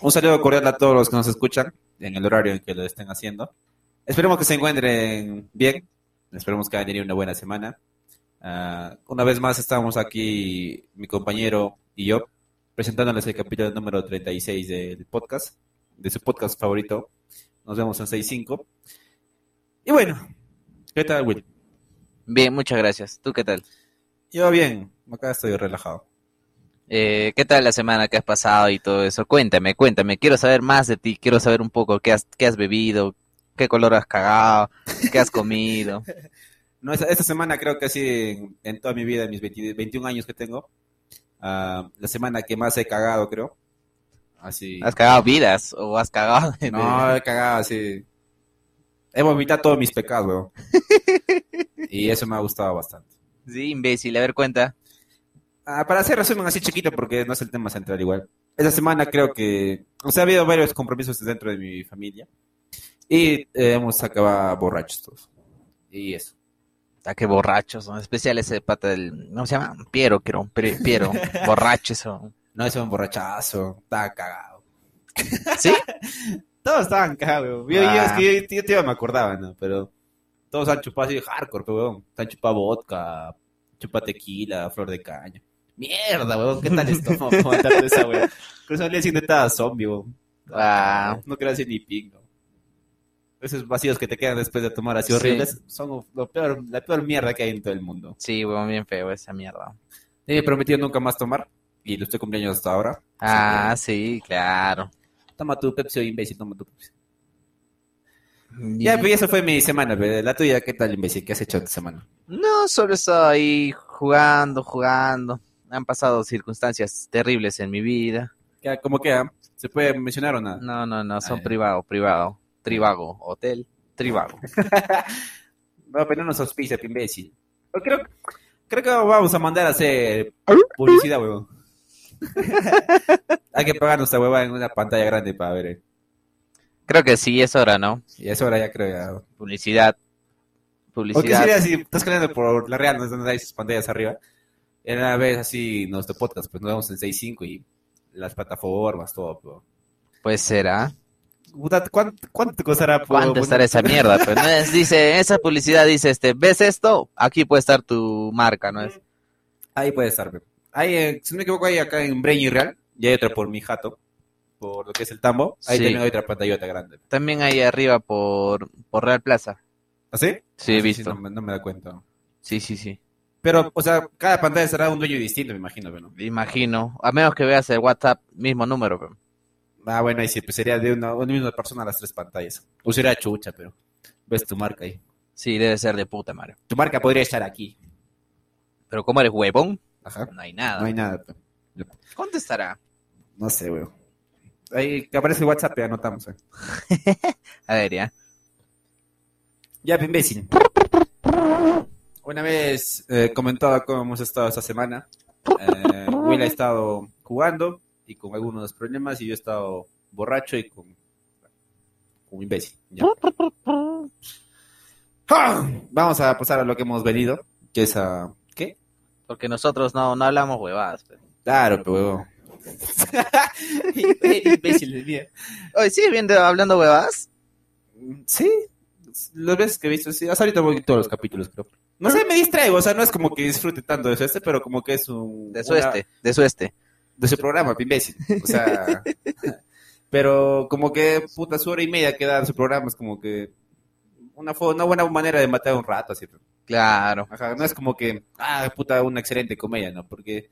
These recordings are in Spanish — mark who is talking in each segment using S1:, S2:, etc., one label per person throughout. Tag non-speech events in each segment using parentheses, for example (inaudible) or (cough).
S1: Un saludo cordial a todos los que nos escuchan en el horario en que lo estén haciendo. Esperemos que se encuentren bien. Esperemos que hayan tenido una buena semana. Ah, una vez más estamos aquí, mi compañero y yo, presentándoles el capítulo número 36 del podcast, de su podcast favorito. Nos vemos en 6.5. Y bueno, ¿qué tal, Will?
S2: Bien, muchas gracias. ¿Tú qué tal?
S1: Yo bien, acá estoy relajado.
S2: Eh, ¿Qué tal la semana que has pasado y todo eso? Cuéntame, cuéntame. Quiero saber más de ti. Quiero saber un poco qué has, qué has bebido, qué color has cagado, qué has
S1: (laughs)
S2: comido.
S1: No, esta, esta semana creo que sí, en, en toda mi vida, en mis 20 21 años que tengo, ah, la semana que más he cagado, creo. Así.
S2: ¿Has cagado vidas o has cagado? de-
S1: No, he cagado así. He vomitado todos mis pecados, weón. y eso me ha gustado bastante.
S2: Sí, imbécil. A ver, cuenta.
S1: Ah, para hacer resumen así chiquito, porque no es el tema central igual. Esta semana creo que, o sea, ha habido varios compromisos dentro de mi familia. Y eh, hemos acabado borrachos todos. Y eso.
S2: Ah, qué borrachos, son especial ese pata del... ¿Cómo se llama? Piero, creo. Piero,
S1: (laughs)
S2: Piero borracho eso.
S1: No, eso es un borrachazo. Estaba cagado.
S2: ¿Sí?
S1: Todos estaban cagados. weón. Yo, yo-
S2: Ah.
S1: es que yo, yo todavía me acordaba, ¿no? Pero todos han chupado así hardcore, pe, weón. Han chupado vodka, chupa tequila, flor de caña. Mierda, weón. ¿Qué tal
S2: (laughs)
S1: esto? Vamos a matar de esa, weón. Creo que al día siguiente estaba zombie, weón.
S2: Ah,
S1: No quería decir ni pingo. Esos vacíos que te quedan después de tomar así
S2: Sí.
S1: horribles son lo peor, la peor mierda que hay en todo el mundo.
S2: sí, weón, bien feo esa mierda.
S1: He prometido nunca más tomar y lo estoy cumpliendo hasta ahora.
S2: Ah, sí, claro.
S1: Toma tu Pepsi, imbécil, toma tu Pepsi. Ya, pues eso fue mi semana, pero la tuya, ¿qué tal, imbécil? ¿Qué has hecho esta semana?
S2: No, solo estaba ahí jugando, jugando. Han pasado circunstancias terribles en mi vida.
S1: ¿Qué- ¿Cómo queda? ah, ¿Se puede mencionar o nada?
S2: No, no, no, son
S1: Ay.
S2: privado, privado. Trivago, hotel, Trivago.
S1: No, pero no nos auspicia, imbécil. Pero Creo, creo que vamos a mandar a hacer publicidad, (laughs) huevón. hay que pagar nuestra huevada en una pantalla grande para ver. eh.
S2: Creo que sí, es hora, ¿no?
S1: Y eso ahora ya creo ya
S2: Publicidad.
S1: ¿O qué
S2: Publicidad.
S1: sería si estás creando por la real, no donde hay sus pantallas arriba? Era una vez así nuestro podcast, pues nos vemos en 6.5 y las plataformas, todo. Pero...
S2: Pues será.
S1: Puta, ¿Cuánto, ¿Cuánto te costará? po,
S2: ¿Cuánto
S1: poner-
S2: estará esa mierda? Pues no es, dice, esa publicidad dice, este, ¿ves esto? Aquí puede estar tu marca, ¿no es?
S1: Ahí puede estar. pe. Ahí, eh, si no me equivoco, hay acá en Breña y Real y hay otra por mi jato, por lo que es el tambo. Ahí
S2: Sí.
S1: también hay otra pantallota grande.
S2: También ahí arriba por, por Real Plaza.
S1: ¿Así?
S2: Sí, he visto.
S1: ¿Ah, no, me- no me da cuenta.
S2: Sí, sí, sí.
S1: Pero, o sea, cada pantalla será un dueño distinto, me imagino, pero no.
S2: Imagino. A menos que veas el WhatsApp, mismo número. pero-
S1: Ah, bueno, ahí sí, pues sería de una, una misma persona las tres pantallas. O sería chucha, pero ves tu marca ahí.
S2: Sí, debe ser de puta madre.
S1: Tu marca podría estar aquí.
S2: Pero como eres huevón,
S1: Ajá.
S2: no hay nada.
S1: No hay nada. pe.
S2: ¿Cuánto estará?
S1: No sé, weón. Ahí que aparece WhatsApp, ya anotamos. eh.
S2: A ver, ya.
S1: Ya, pe, imbécil. Una vez eh, comentado cómo hemos estado esta semana, eh, Will ha estado jugando y con algunos problemas y yo he estado borracho y con, con imbécil. ya. (laughs) ¡Ah! Vamos a pasar a lo que hemos venido, que es a... ¿Qué?
S2: Porque nosotros no, no hablamos huevadas. pues. pero-
S1: Claro, pe, (laughs) huevón. imbécil de día.
S2: Oye, ¿sigues viendo hablando huevadas?
S1: Sí, las veces que he visto, sí. Hasta ahorita voy todos los capítulos, creo. No sé, me distraigo, o sea, no es como que disfrute tanto de su este, pero como que es un...
S2: De su
S1: una-
S2: este, de su este.
S1: De su programa, pe imbécil. O (laughs) sea... pero como que, puta, su hora y media que da su programa es como que... Una, fo- una buena manera de matar un rato, así. pe.
S2: Claro.
S1: Ajá, no es como que, ah, puta, una excelente comedia, ¿no? Porque...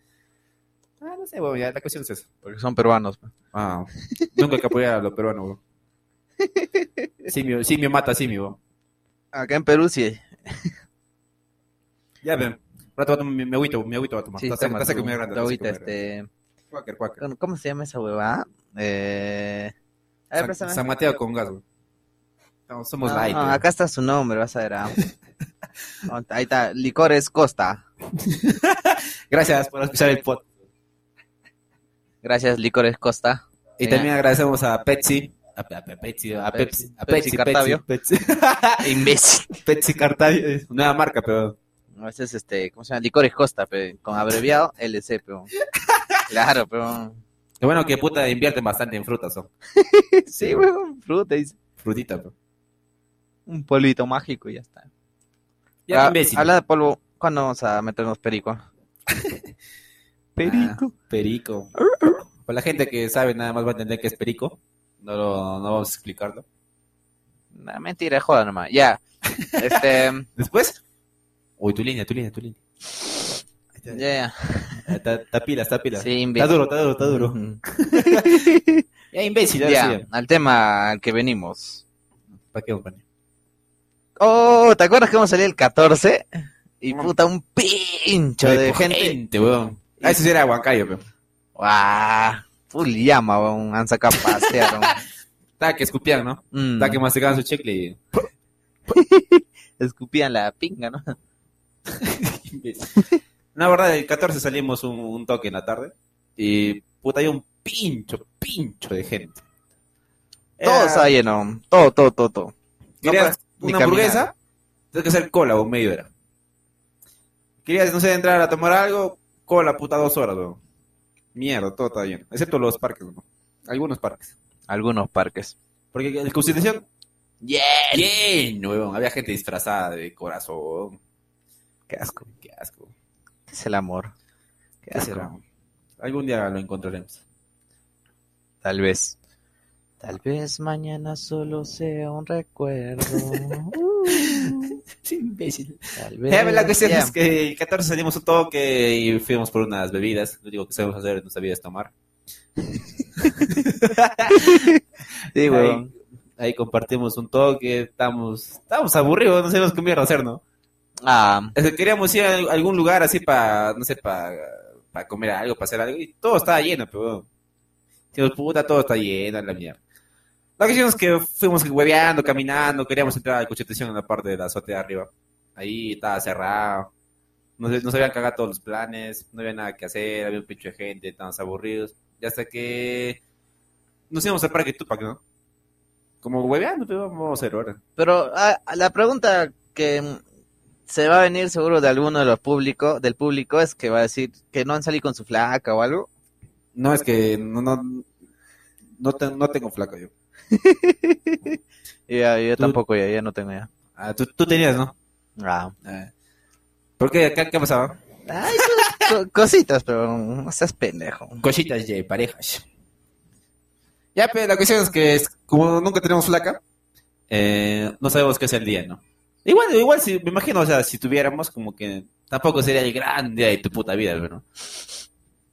S1: Ah, no sé, bueno, ya la cuestión es esa.
S2: Porque son peruanos. pues. pe.
S1: Ah, nunca hay que apoyar a los peruanos, (laughs) bro. Simio, simio mata a simio, bro.
S2: Acá en Perú sí.
S1: Ya, ven. Ahora te voy a tomar mi, mi agüita, mi agüita voy a tomar.
S2: sí
S1: Taza-
S2: toma
S1: taza
S2: tu-
S1: que me grande,
S2: tu
S1: taza que
S2: agüita,
S1: me grande.
S2: este...
S1: Cuáquer, cuáquer.
S2: ¿Cómo- ¿Cómo se llama esa huevada? Eh... A ver,
S1: San,
S2: préstame.
S1: San Mateo con gas, güey. No, somos
S2: Ah, No,
S1: light.
S2: no,
S1: güey.
S2: acá está su nombre, vas a ver.
S1: (laughs)
S2: ah. Ahí está, Licores Costa.
S1: Gracias por escuchar el pod.
S2: Gracias, Licores Costa.
S1: Y
S2: Venga.
S1: también agradecemos a Pepsi. A, a- a Pepsi, a Pepsi, a Pepsi,
S2: Pepsi Cartavio.
S1: Pepsi, (laughs) Ah.
S2: Imbécil.
S1: Pepsi Cartavio, es nueva marca, pero
S2: No, ese es
S1: (laughs)
S2: este, ¿cómo se llama? Licores Costa, pe, con abreviado LC, pero. Claro, pero.
S1: Lo bueno que puta invierten bastante en frutas, son.
S2: sí, weón, fruta, dice.
S1: Frutita, bro.
S2: Un polvito mágico y ya está.
S1: Ya,
S2: Ah,
S1: imbécil.
S2: Habla de polvo, ¿cuándo vamos a meternos perico? perico.
S1: Ah, (laughs) perico. Para la gente que sabe, nada más va a entender que es perico. No, lo- no vamos a explicarlo.
S2: Nah, mentira, joda nomás. Ya.
S1: (laughs)
S2: Este,
S1: Después. Uy, tu línea, tu línea, tu línea. Ahí
S2: ya,
S1: está.
S2: ya.
S1: Ah, Está, está pila, está pila.
S2: Sí,
S1: Está
S2: imbécil.
S1: duro, está duro, está duro.
S2: Ujú.
S1: Ya, imbécil, ahora sí,
S2: Ya,
S1: ya.
S2: al tema al que venimos.
S1: ¿Para qué, compadre?
S2: Oh, ¿te acuerdas que hemos salido el 14? Y puta, un pincho
S1: Mm. Ay,
S2: de
S1: pues,
S2: gente.
S1: weón. Ah, eso sí era Huancayo, pero.
S2: ¡Guau! Ah, Full llama, weón. Han sacado a pasear, weón.
S1: Estaba que escupían, ¿no? (laughs)
S2: Mm,
S1: Estaba que masticaban su chicle (laughs) y.
S2: Escupían la pinga, ¿no?
S1: no, la verdad, el 14 salimos un, un toque en la tarde. Y puta, hay un pincho, pincho de gente. Era-
S2: Todo estaba lleno. Todo, todo, todo, todo.
S1: Querías
S2: ni
S1: una
S2: caminar.
S1: hamburguesa, tienes que hacer cola, un medio era. Querías, no sé, entrar a tomar algo, cola, puta, dos horas, weón. Mierda, todo está lleno. Excepto los parques, weón. Algunos parques.
S2: Algunos parques.
S1: Porque el Constitución
S2: ¡Yeah!
S1: Bien, huevón. Había gente disfrazada de corazón.
S2: ¡Qué asco!
S1: Qué asco.
S2: ¿Qué es el amor?
S1: ¿Qué
S2: asco.
S1: será? Algún día lo encontraremos.
S2: Tal vez. Tal vez mañana solo sea un
S1: (laughs)
S2: recuerdo. Uh,
S1: (laughs) Sí, imbécil.
S2: tal vez.
S1: la cuestión
S2: Ya.
S1: es que el 14 salimos un toque y fuimos por unas bebidas. Lo único que sabemos hacer en nuestra vida es tomar.
S2: Sí,
S1: ahí,
S2: weón.
S1: ahí compartimos un toque. Estamos, estábamos aburridos, no sabemos qué mierda hacer, ¿no?
S2: Ah,
S1: O sea, queríamos ir a algún lugar así para, no sé, para comer algo, para hacer algo. Y todo estaba lleno, pero... Dios puta, todo está lleno, la mierda. Lo que hicimos es que fuimos hueveando, caminando, queríamos entrar a Constitución en la parte de la azotea de arriba. Ahí estaba cerrado. Nos, nos habían cagado todos los planes, no había nada que hacer, había un pinche de gente, estábamos aburridos. Y hasta que nos íbamos al parque Tupac, ¿no? Como hueveando, pero vamos a hacer ahora.
S2: pero ah, la pregunta que mm, se va a venir seguro de alguno de los públicos, del público, es que va a decir que no han salido con su flaca o algo.
S1: No, es que no, no, no, te- no tengo flaca yo.
S2: Y ya, yo
S1: Tú-
S2: tampoco, ya, ya no tengo ya.
S1: Ah, tú, tú tenías, ¿no?
S2: Ah.
S1: Ah. ¿Por qué? ¿Qué, qué pasaba?
S2: Ay, co- co- cositas, pero no seas pendejo.
S1: Cositas de parejas. Ya, pero la cuestión es que es- como nunca tenemos flaca, eh, no sabemos qué es el día, ¿no? Igual, igual si, me imagino, o sea, si tuviéramos como que tampoco sería el gran día de tu puta vida, pero...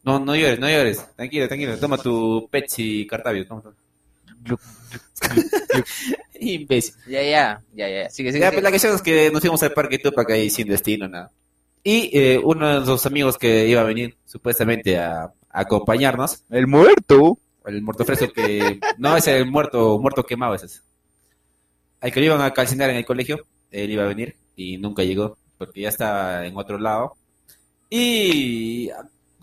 S1: No, no llores, no llores. Tranquilo, tranquilo. Toma tu Pepsi Cartavio. toma, toma. (laughs) Imbécil.
S2: Ya, ya, ya, ya. Sigue, sigue.
S1: Ya,
S2: sigue.
S1: pues, la cuestión es que nos fuimos al parque Tupac ahí sin destino, nada. Y eh, uno de los amigos que iba a venir supuestamente a, a acompañarnos,
S2: El muerto.
S1: el muerto fresco que... no, es el muerto muerto quemado ese. es. Al que lo iban a calcinar en el colegio, él iba a venir y nunca llegó porque ya estaba en otro lado. Y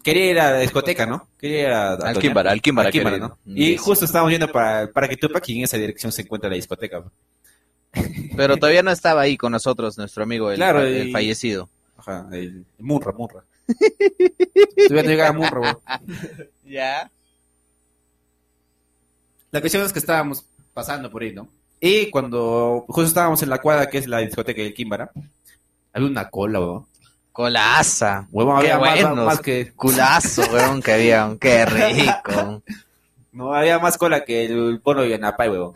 S1: quería ir a la discoteca, ¿no? Quería ir a... a
S2: Al
S1: tonear.
S2: Químbara, al Químbara
S1: Al Químbara,
S2: quería
S1: ¿no?
S2: ir.
S1: Y
S2: Yes.
S1: justo estábamos yendo para, para que Tupac y en esa dirección se encuentra la discoteca.
S2: Pero todavía no estaba ahí con nosotros nuestro amigo, el,
S1: Claro,
S2: fa- el
S1: y-
S2: fallecido.
S1: Ajá, el Murra, Murra. Todavía no llegaba Murra, weón.
S2: Ya.
S1: La cuestión es que estábamos pasando por ahí, ¿no? Y cuando justo estábamos en la cuadra, que es la discoteca del Quimbara, había una cola, weón.
S2: Colaza.
S1: Huevón,
S2: Qué
S1: había más,
S2: buenos.
S1: más que...
S2: Culazo, (laughs) weón, que había. Qué rico.
S1: No, había más cola que el bono de Yanapay,
S2: (laughs)
S1: weón.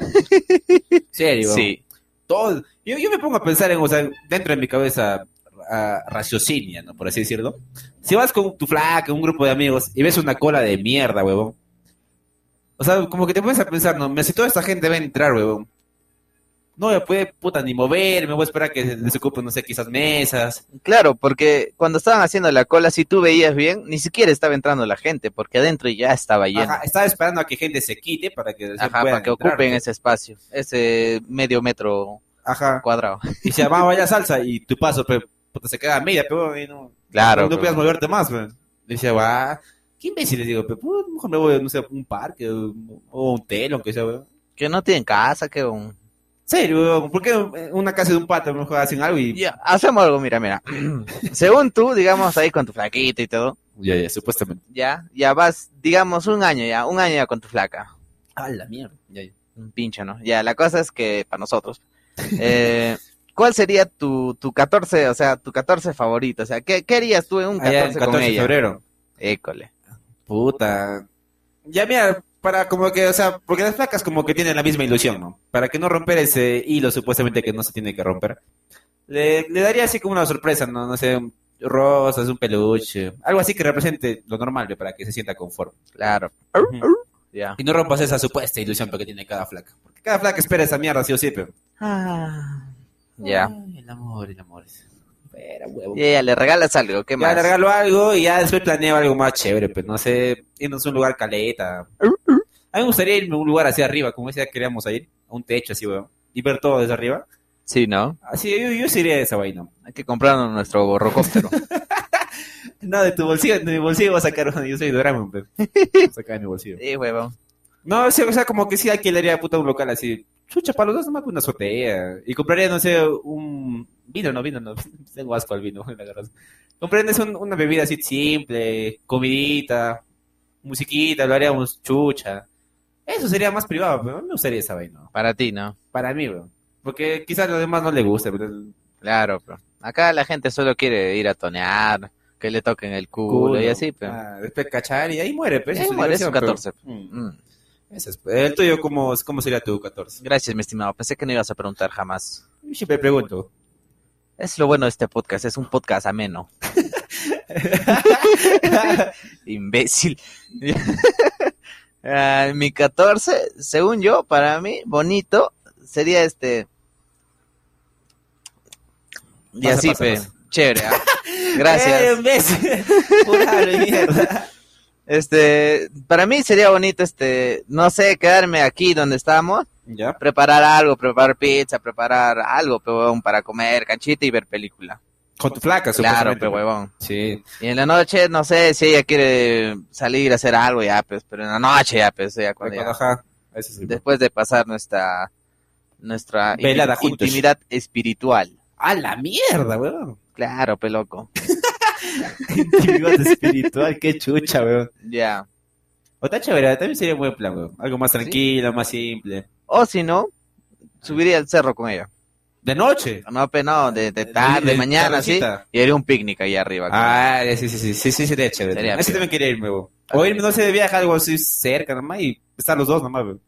S1: Serio, weón.
S2: Sí.
S1: Todo... Yo, yo me pongo a pensar en, o sea, dentro de mi cabeza, a- raciocinia, ¿no? Por así decirlo. Si vas con tu flaca, un grupo de amigos, y ves una cola de mierda, huevón. O sea, como que te pones a pensar, no, Mira, si toda esta gente va a entrar, huevón. No me puede, puta, ni mover, me voy a esperar que se desocupen, no sé, quizás mesas.
S2: Claro, porque cuando estaban haciendo la cola, si tú veías bien, ni siquiera estaba entrando la gente, porque adentro ya estaba lleno.
S1: Ajá,
S2: Ajá,
S1: estaba esperando a que gente se quite para que recién
S2: para
S1: puedan
S2: que
S1: entrar.
S2: ocupen ese espacio, ese medio metro
S1: Ajá,
S2: cuadrado.
S1: y se llamaba ya salsa y tu paso, pe, puta, se queda a media, pero y no...
S2: Claro.
S1: no, no podías
S2: pero-
S1: moverte más, weón. Le decía, va, qué imbécil, le digo, pero pues, mejor me voy, no sé, a un parque o o un telo, aunque sea, weón.
S2: que no tienen casa, que un...
S1: Serio, weón, ¿por qué en una casa de un pato mejor hacen algo y (clears throat)
S2: Ya, hacemos algo, mira, mira. Según tú, digamos, ahí con tu flaquita y todo,
S1: Ya, ya, supuestamente.
S2: Ya, ya vas, digamos, un año ya, un año ya con tu flaca.
S1: Ah, la mierda. Ya, ya.
S2: Un pincho, ¿no? Ya, la cosa es que,
S1: (laughs)
S2: para nosotros, eh, ¿cuál sería tu, tu 14, o sea, tu 14 favorito? O sea, ¿qué, qué harías tú en un
S1: Ah, ya,
S2: 14,
S1: el
S2: con
S1: 14 de
S2: ella?
S1: febrero.
S2: École.
S1: Puta. Ya, mira, para como que, o sea, porque las placas como que tienen la misma ilusión, ¿no? Para que no romper ese hilo supuestamente que no se tiene que romper. Le, le daría así como una sorpresa, ¿no? No sé, un- rosas, un peluche, algo así que represente lo normal, ¿ve? para que se sienta conforme.
S2: Claro.
S1: Ujú.
S2: Ya.
S1: Y no rompas esa supuesta ilusión pe, que tiene cada flaca. Porque cada flaca espera esa mierda, sí o sí, pero.
S2: Ya.
S1: Ah. El amor, el amor. Espera, huevo.
S2: Ya, ya, le regalas algo, ¿qué
S1: Ya
S2: más?
S1: le regalo algo y ya después planeo algo más chévere, pues no sé, irnos a un lugar caleta. A mí me gustaría irme a un lugar hacia arriba, como decía que queríamos ir, a un techo así, weón, y ver todo desde arriba.
S2: Sí, ¿no?
S1: Así, yo, yo sería esa vaina.
S2: Hay que comprarnos
S1: (laughs)
S2: nuestro borrocóptero.
S1: No, de tu bolsillo, de mi bolsillo voy a sacar uno, yo soy Doraemon, pues. (laughs) Voy a sacar de mi bolsillo.
S2: sí, huevón.
S1: No, o sea, o sea, como que sí alquilaría puta un local así, chucha, para los dos nomás una azotea. Y compraría, no sé, un vino, no, vino, no, (laughs) tengo asco al vino, (laughs) la verdad. Compraría no sé, un- una bebida así simple, comidita, musiquita, lo haríamos chucha. Eso sería más privado, pero a mí me gustaría esa vaina,
S2: Para ti, ¿no?
S1: para mí, weón. Porque quizás a los demás no les guste, pero el
S2: Claro, pero acá la gente solo quiere ir a tonear, que le toquen el culo, y así, pero
S1: Ah, después cachar y ahí muere, pues, pero
S2: Ahí muere, es un 14, Mm.
S1: El tuyo, ¿cómo, ¿cómo sería tu 14?
S2: Gracias, mi estimado. Pensé que no ibas a preguntar jamás.
S1: Yo Siempre pregunto.
S2: Es lo bueno de este podcast, es un
S1: (laughs)
S2: podcast ameno. Imbécil. (laughs) Ah, mi 14, según yo, para mí, bonito, sería este. Y
S1: Pasa,
S2: así,
S1: pasa,
S2: pe,
S1: pasa.
S2: chévere. ah.
S1: (laughs)
S2: Gracias.
S1: ¡Eh, imbécil!
S2: (laughs)
S1: Pura mierda.
S2: Este, para mí sería bonito, este, no sé, quedarme aquí donde estamos,
S1: ¿Ya?
S2: preparar algo, preparar pizza, preparar algo, pe huevón, para comer canchita y ver película.
S1: Con tu flaca,
S2: Claro,
S1: supuestamente.
S2: pe huevón.
S1: Sí.
S2: Y en la noche, no sé, si ella quiere salir a hacer algo ya, pues, pero en la noche ya, pues, ya cuando ya-
S1: Cuando, ajá, Eso sí.
S2: después de pasar nuestra, nuestra inti-
S1: Velada juntos.
S2: intimidad espiritual.
S1: ¡A la mierda, (laughs) weón!
S2: Claro, pe loco.
S1: Intimidad espiritual, qué chucha, weón.
S2: Ya.
S1: O está chévere, también sería un buen plan, weón. Algo más tranquilo, más simple.
S2: O si no, subiría al cerro con ella.
S1: ¿De noche?
S2: No, pe no, de, de tarde,
S1: de
S2: mañana, sí.
S1: tardecita.
S2: Y haría un picnic ahí arriba. con
S1: Ah, sí, sí, sí, sí, sí, sería chévere.
S2: Sería
S1: Así
S2: bien.
S1: también quería irme, weón. O
S2: Así
S1: irme, no sé, de viaje, algo así cerca nomás y estar los dos nomás, weón.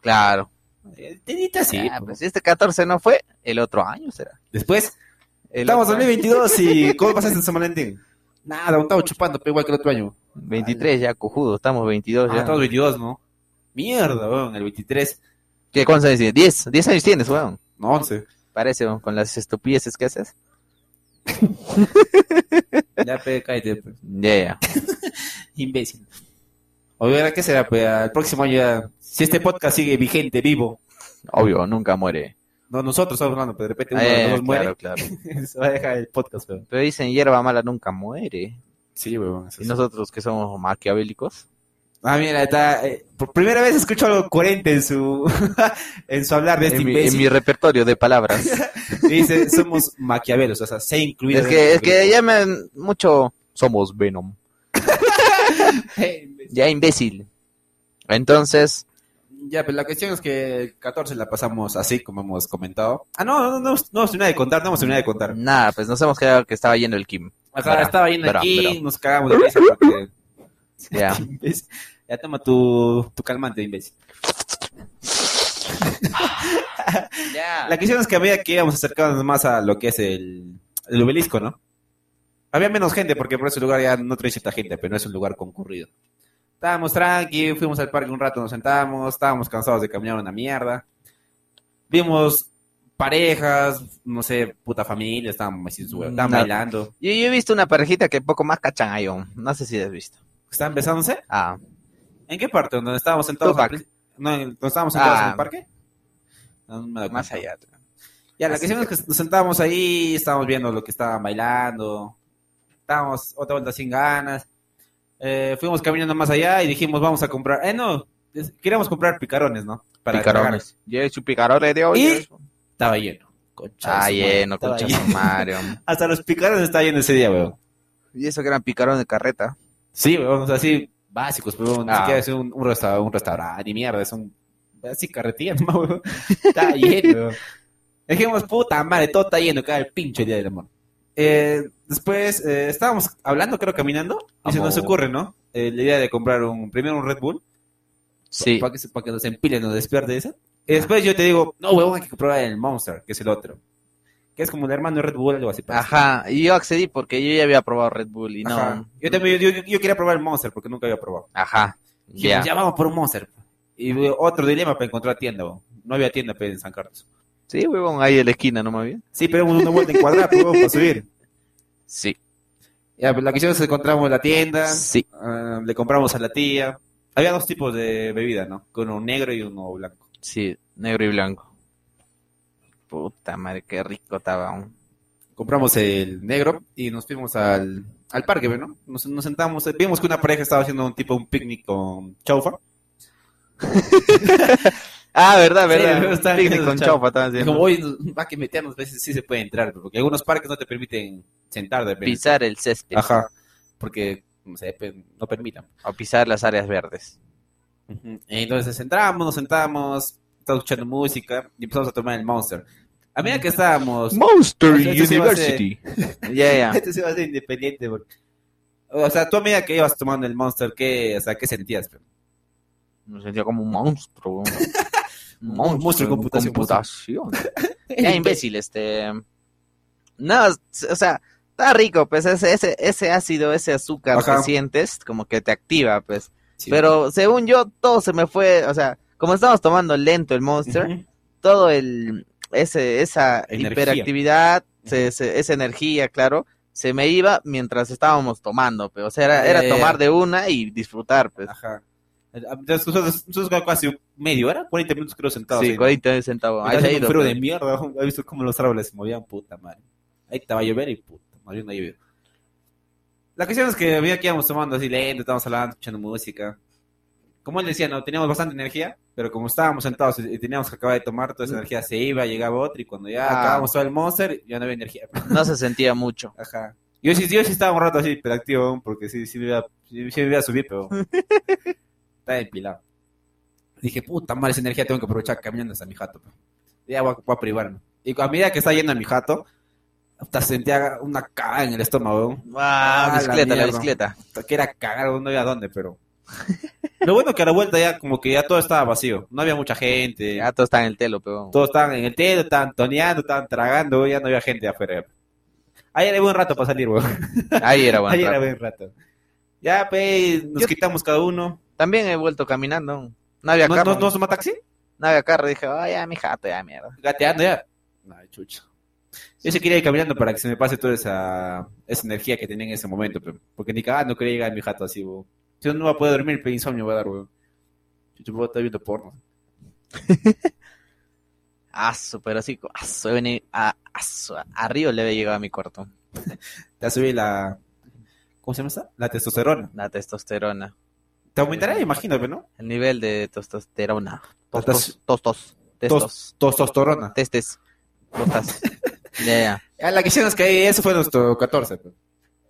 S2: Claro.
S1: Eh, Tenita así.
S2: Ah,
S1: po.
S2: pues si este 14 no fue, el otro año será.
S1: Después,
S2: El
S1: estamos en
S2: otro año.
S1: 2022 (laughs) y ¿cómo pasaste en San Valentín? Nada, un estaba chupando, pero igual que el otro año.
S2: 23 ya, cojudo, estamos 22
S1: Ah,
S2: ya.
S1: estamos 22, ¿no? Mierda, weón, el 23,
S2: ¿Qué cuántos años tienes? 10, 10 años tienes, weón.
S1: no 11.
S2: Parece, weón, con las estupideces que haces.
S1: Ya, pe, cállate, pues. pe.
S2: Ya, ya.
S1: Imbécil. O ver, ¿qué será, pe? El próximo año ya. Si este podcast sigue vigente, vivo.
S2: Obvio, nunca muere.
S1: No, nosotros estamos hablando, pero de repente (laughs) uno
S2: Eh,
S1: de los dos muere.
S2: claro, claro.
S1: (laughs) Se va a dejar el podcast, weón.
S2: Pero dicen hierba mala nunca muere.
S1: Sí, weón. eso
S2: Y
S1: sí.
S2: nosotros que somos maquiavélicos.
S1: Ah, mira, está. eh, por primera vez escucho algo coherente en su, (laughs) en su hablar de este
S2: En mi, en
S1: imbécil.
S2: mi repertorio
S1: (laughs)
S2: de palabras.
S1: Dice, somos maquiavelos, o sea, se incluido. este
S2: es que, es que ya me han- mucho. Somos Venom.
S1: (laughs)
S2: Ya imbécil. Entonces,
S1: Ya, pero la cuestión es que el 14 la pasamos así, como hemos comentado. Ah, no, no, no, no, no nada de contar, no hemos terminado de contar.
S2: nada, pues nos hemos quedado que estaba yendo el Kim.
S1: Acá
S2: Verá,
S1: estaba yendo
S2: verá,
S1: aquí,
S2: verá.
S1: nos cagamos de risa porque... (laughs)
S2: Ya.
S1: imbécil. Ya toma tu, tu calmante, imbécil.
S2: Ya.
S1: La cuestión es que a medida que íbamos acercándonos más a lo que es el, el obelisco, ¿no? Había menos gente porque por ese lugar ya no trae cierta gente, pero no es un lugar concurrido. Estábamos tranqui, fuimos al parque un rato, nos sentamos, estábamos cansados de caminar una mierda. Vimos parejas, no sé, puta familia, estábamos así, su- estaban
S2: No.
S1: bailando.
S2: Yo, yo he visto una parejita que poco más cachan ahí aún. No sé si la has visto.
S1: ¿Estaban besándose?
S2: Ah,
S1: ¿En qué parte? ¿Donde estábamos sentados?
S2: Tupac.
S1: al prin- No, en- ¿Donde estábamos sentados en
S2: Ah.
S1: el parque? No, no me doy
S2: más
S1: cuenta.
S2: allá.
S1: Ya, la
S2: Así
S1: cuestión es que nos sentábamos ahí, estábamos viendo lo que estaban bailando, estábamos otra vuelta sin ganas, eh, fuimos caminando más allá y dijimos, vamos a comprar, eh, no, es- queríamos comprar picarones, ¿no? tragar.
S2: picarones. Yo he hecho picarones de hoy.
S1: Y-
S2: yo he hecho-
S1: Estaba lleno. Concha de
S2: Ah,
S1: su madre,
S2: lleno,
S1: estaba
S2: concha
S1: lleno. (laughs)
S2: su madre, hombre.
S1: Hasta los picarones estaba lleno ese día, weón.
S2: Y eso que eran picarón de carreta.
S1: Sí, weón, o sea, así básicos, pero ni
S2: Ah.
S1: siquiera es un, un, resta- un restaurante, ni mierda, es un... Así carretilla, (laughs) no,
S2: (laughs)
S1: weón. Está lleno, weón. Dijimos, puta madre, todo está lleno, cada el pinche día del amor. Eh, después, eh, estábamos hablando, creo, caminando, y se nos
S2: Amor.
S1: ocurre, ¿no? Eh, la idea de comprar un, primero un Red Bull,
S2: Sí. Ah.
S1: para que, se- pa' que nos empilen, nos despierte esa. Y después yo te digo, no, huevón, hay que probar el Monster, que es el otro. Que es como el hermano de Red Bull, algo así. parece.
S2: Ajá. Y yo accedí porque yo ya había probado Red Bull Ah, y no. Mm,
S1: Ajá. Yo también, yo, yo- yo quería probar el Monster, porque nunca había probado.
S2: Ajá.
S1: Dijimos,
S2: Ya.
S1: Ya vamos por un Monster. Y eh, otro dilema para encontrar tienda, weón. No había tienda pe, en San Carlos.
S2: Sí, huevón, ahí en la esquina, ¿no más bien?
S1: Sí, pero una vuelta en cuadrada, pues, vamos para subir.
S2: Sí.
S1: Ya, pues, la que hicimos, encontramos la tienda,
S2: Sí.
S1: ah, le compramos a la tía. Había dos tipos de bebida, ¿no? Uno negro y uno blanco.
S2: Sí. Negro y blanco. Puta madre, qué rico estaba. aún.
S1: Compramos el negro y nos fuimos al, al parque, pues, ¿no? Nos, nos sentamos, eh, vimos que una pareja estaba haciendo un tipo, un picnic con chaufa.
S2: Ah, verdad,
S1: Sí,
S2: verdad.
S1: me gusta
S2: Picnic
S1: eso,
S2: con
S1: chavo.
S2: chaufa estaban
S1: Dijo,
S2: haciendo.
S1: voy, va a que meternos, a veces sí se puede entrar, porque algunos parques no te permiten sentar de repente.
S2: Pisar el césped.
S1: Ajá. Porque no, sé, pe- no permitan.
S2: O pisar las áreas verdes.
S1: Entonces entramos, nos sentamos, estamos escuchando música y empezamos a tomar el Monster. A medida que estábamos.
S3: Monster
S1: Esto- esto sí va a ser-
S3: University.
S2: Ya, ya.
S1: Esto se va a hacer independiente. porque- O sea, tú a medida que ibas tomando el Monster, ¿qué, o sea, ¿qué sentías? pe?
S2: Me sentía como un monstruo.
S1: (laughs)
S2: weón. Un
S1: Monstruo,
S2: monstruo, en
S1: computación,
S2: computación. Ya, imbécil, este. No, s- o sea, está rico, pues ese, ese, ese ácido, ese azúcar
S1: Ajá.
S2: que sientes, como que te activa, pues.
S1: Sí.
S2: Pero según yo, todo se me fue, o sea, como estábamos tomando lento el monster,
S1: Ujú.
S2: todo el ese esa
S1: Energía.
S2: hiperactividad, se- se- esa energía, claro, se me iba mientras estábamos tomando, pues. O sea, era,
S1: Ya,
S2: era
S1: ya, ya.
S2: tomar de una y disfrutar, pues.
S1: Ajá. Entonces, nosotros, nosotros casi medio hora, 40 minutos creo sentados.
S2: Sí,
S1: ahí, ¿no?
S2: 40 centavos.
S1: Estaba haciendo
S2: Ahí se ha ido,
S1: un frío
S2: pues.
S1: de mierda. ¿no? ¿Has visto cómo los árboles se movían? Puta madre. Ahí estaba a llover y puta madre, no llovió. La cuestión es que había que íbamos tomando así lento, estábamos hablando, escuchando música. Como él decía, no, teníamos bastante energía, pero como estábamos sentados y y teníamos que acabar de tomar, toda esa energía se iba, llegaba otra y cuando ya
S2: Mm. Ah.
S1: acabamos todo el monster, ya no había energía.
S2: No se sentía mucho.
S1: Ajá. Yo sí, yo sí estaba un rato así hiperactivo, porque sí, sí me iba, sí, sí me iba a subir, pero estaba empilado. Dije, puta madre, esa energía tengo que aprovechar caminando hasta mi jato. pe. Ya voy a, voy a privarme. Y a medida que estaba yendo a mi jato, hasta sentía una cagada en el estómago, weón.
S2: Ah,
S1: Ah, la
S2: bicicleta, la,
S1: mierda.
S2: bicicleta.
S1: Hasta que era cagar, weón, no había dónde, pero... Lo bueno que a la vuelta ya como que ya todo estaba vacío. No había mucha gente.
S2: Ya ah, todo está en el telo, pero.
S1: Todos estaban en el telo, estaban toneando, estaban tragando, weón, ya no había gente afuera. Ahí era buen rato para salir, weón.
S2: Ahí era bueno.
S1: Ahí era buen rato. Ya, pues, nos
S2: Yo-
S1: quitamos cada uno.
S2: También he vuelto caminando. No había
S1: ¿No,
S2: carro.
S1: no, no toma taxi?
S2: no había carro. Dije, ay, ya, mi jato, ya, mierda.
S1: Gateando ya. Ay, chucha. Yo sí quería ir caminando para que se me pase toda esa, esa energía que tenía en ese momento, pe. porque ni cagando quería llegar a mi jato así, bo. Yo no voy a poder dormir, pero insomnio voy a dar, weón. Chucha, voy a estar viendo porno.
S2: Aso, pero así, aso, he venido, a, aso, arriba le había llegado a mi cuarto.
S1: Te subí la... ¿Cómo se llama esa? La testosterona.
S2: La testosterona.
S1: Te aumentará, imagino, pero ¿no?
S2: El nivel de testosterona. Tostos,
S1: Tostas-
S2: tostos, testos,
S1: Testosterona.
S2: testes,
S1: (laughs)
S2: tostas. Ya, ya.
S1: Ya, Ah, la que hicimos que ahí, eso fue nuestro 14, pe.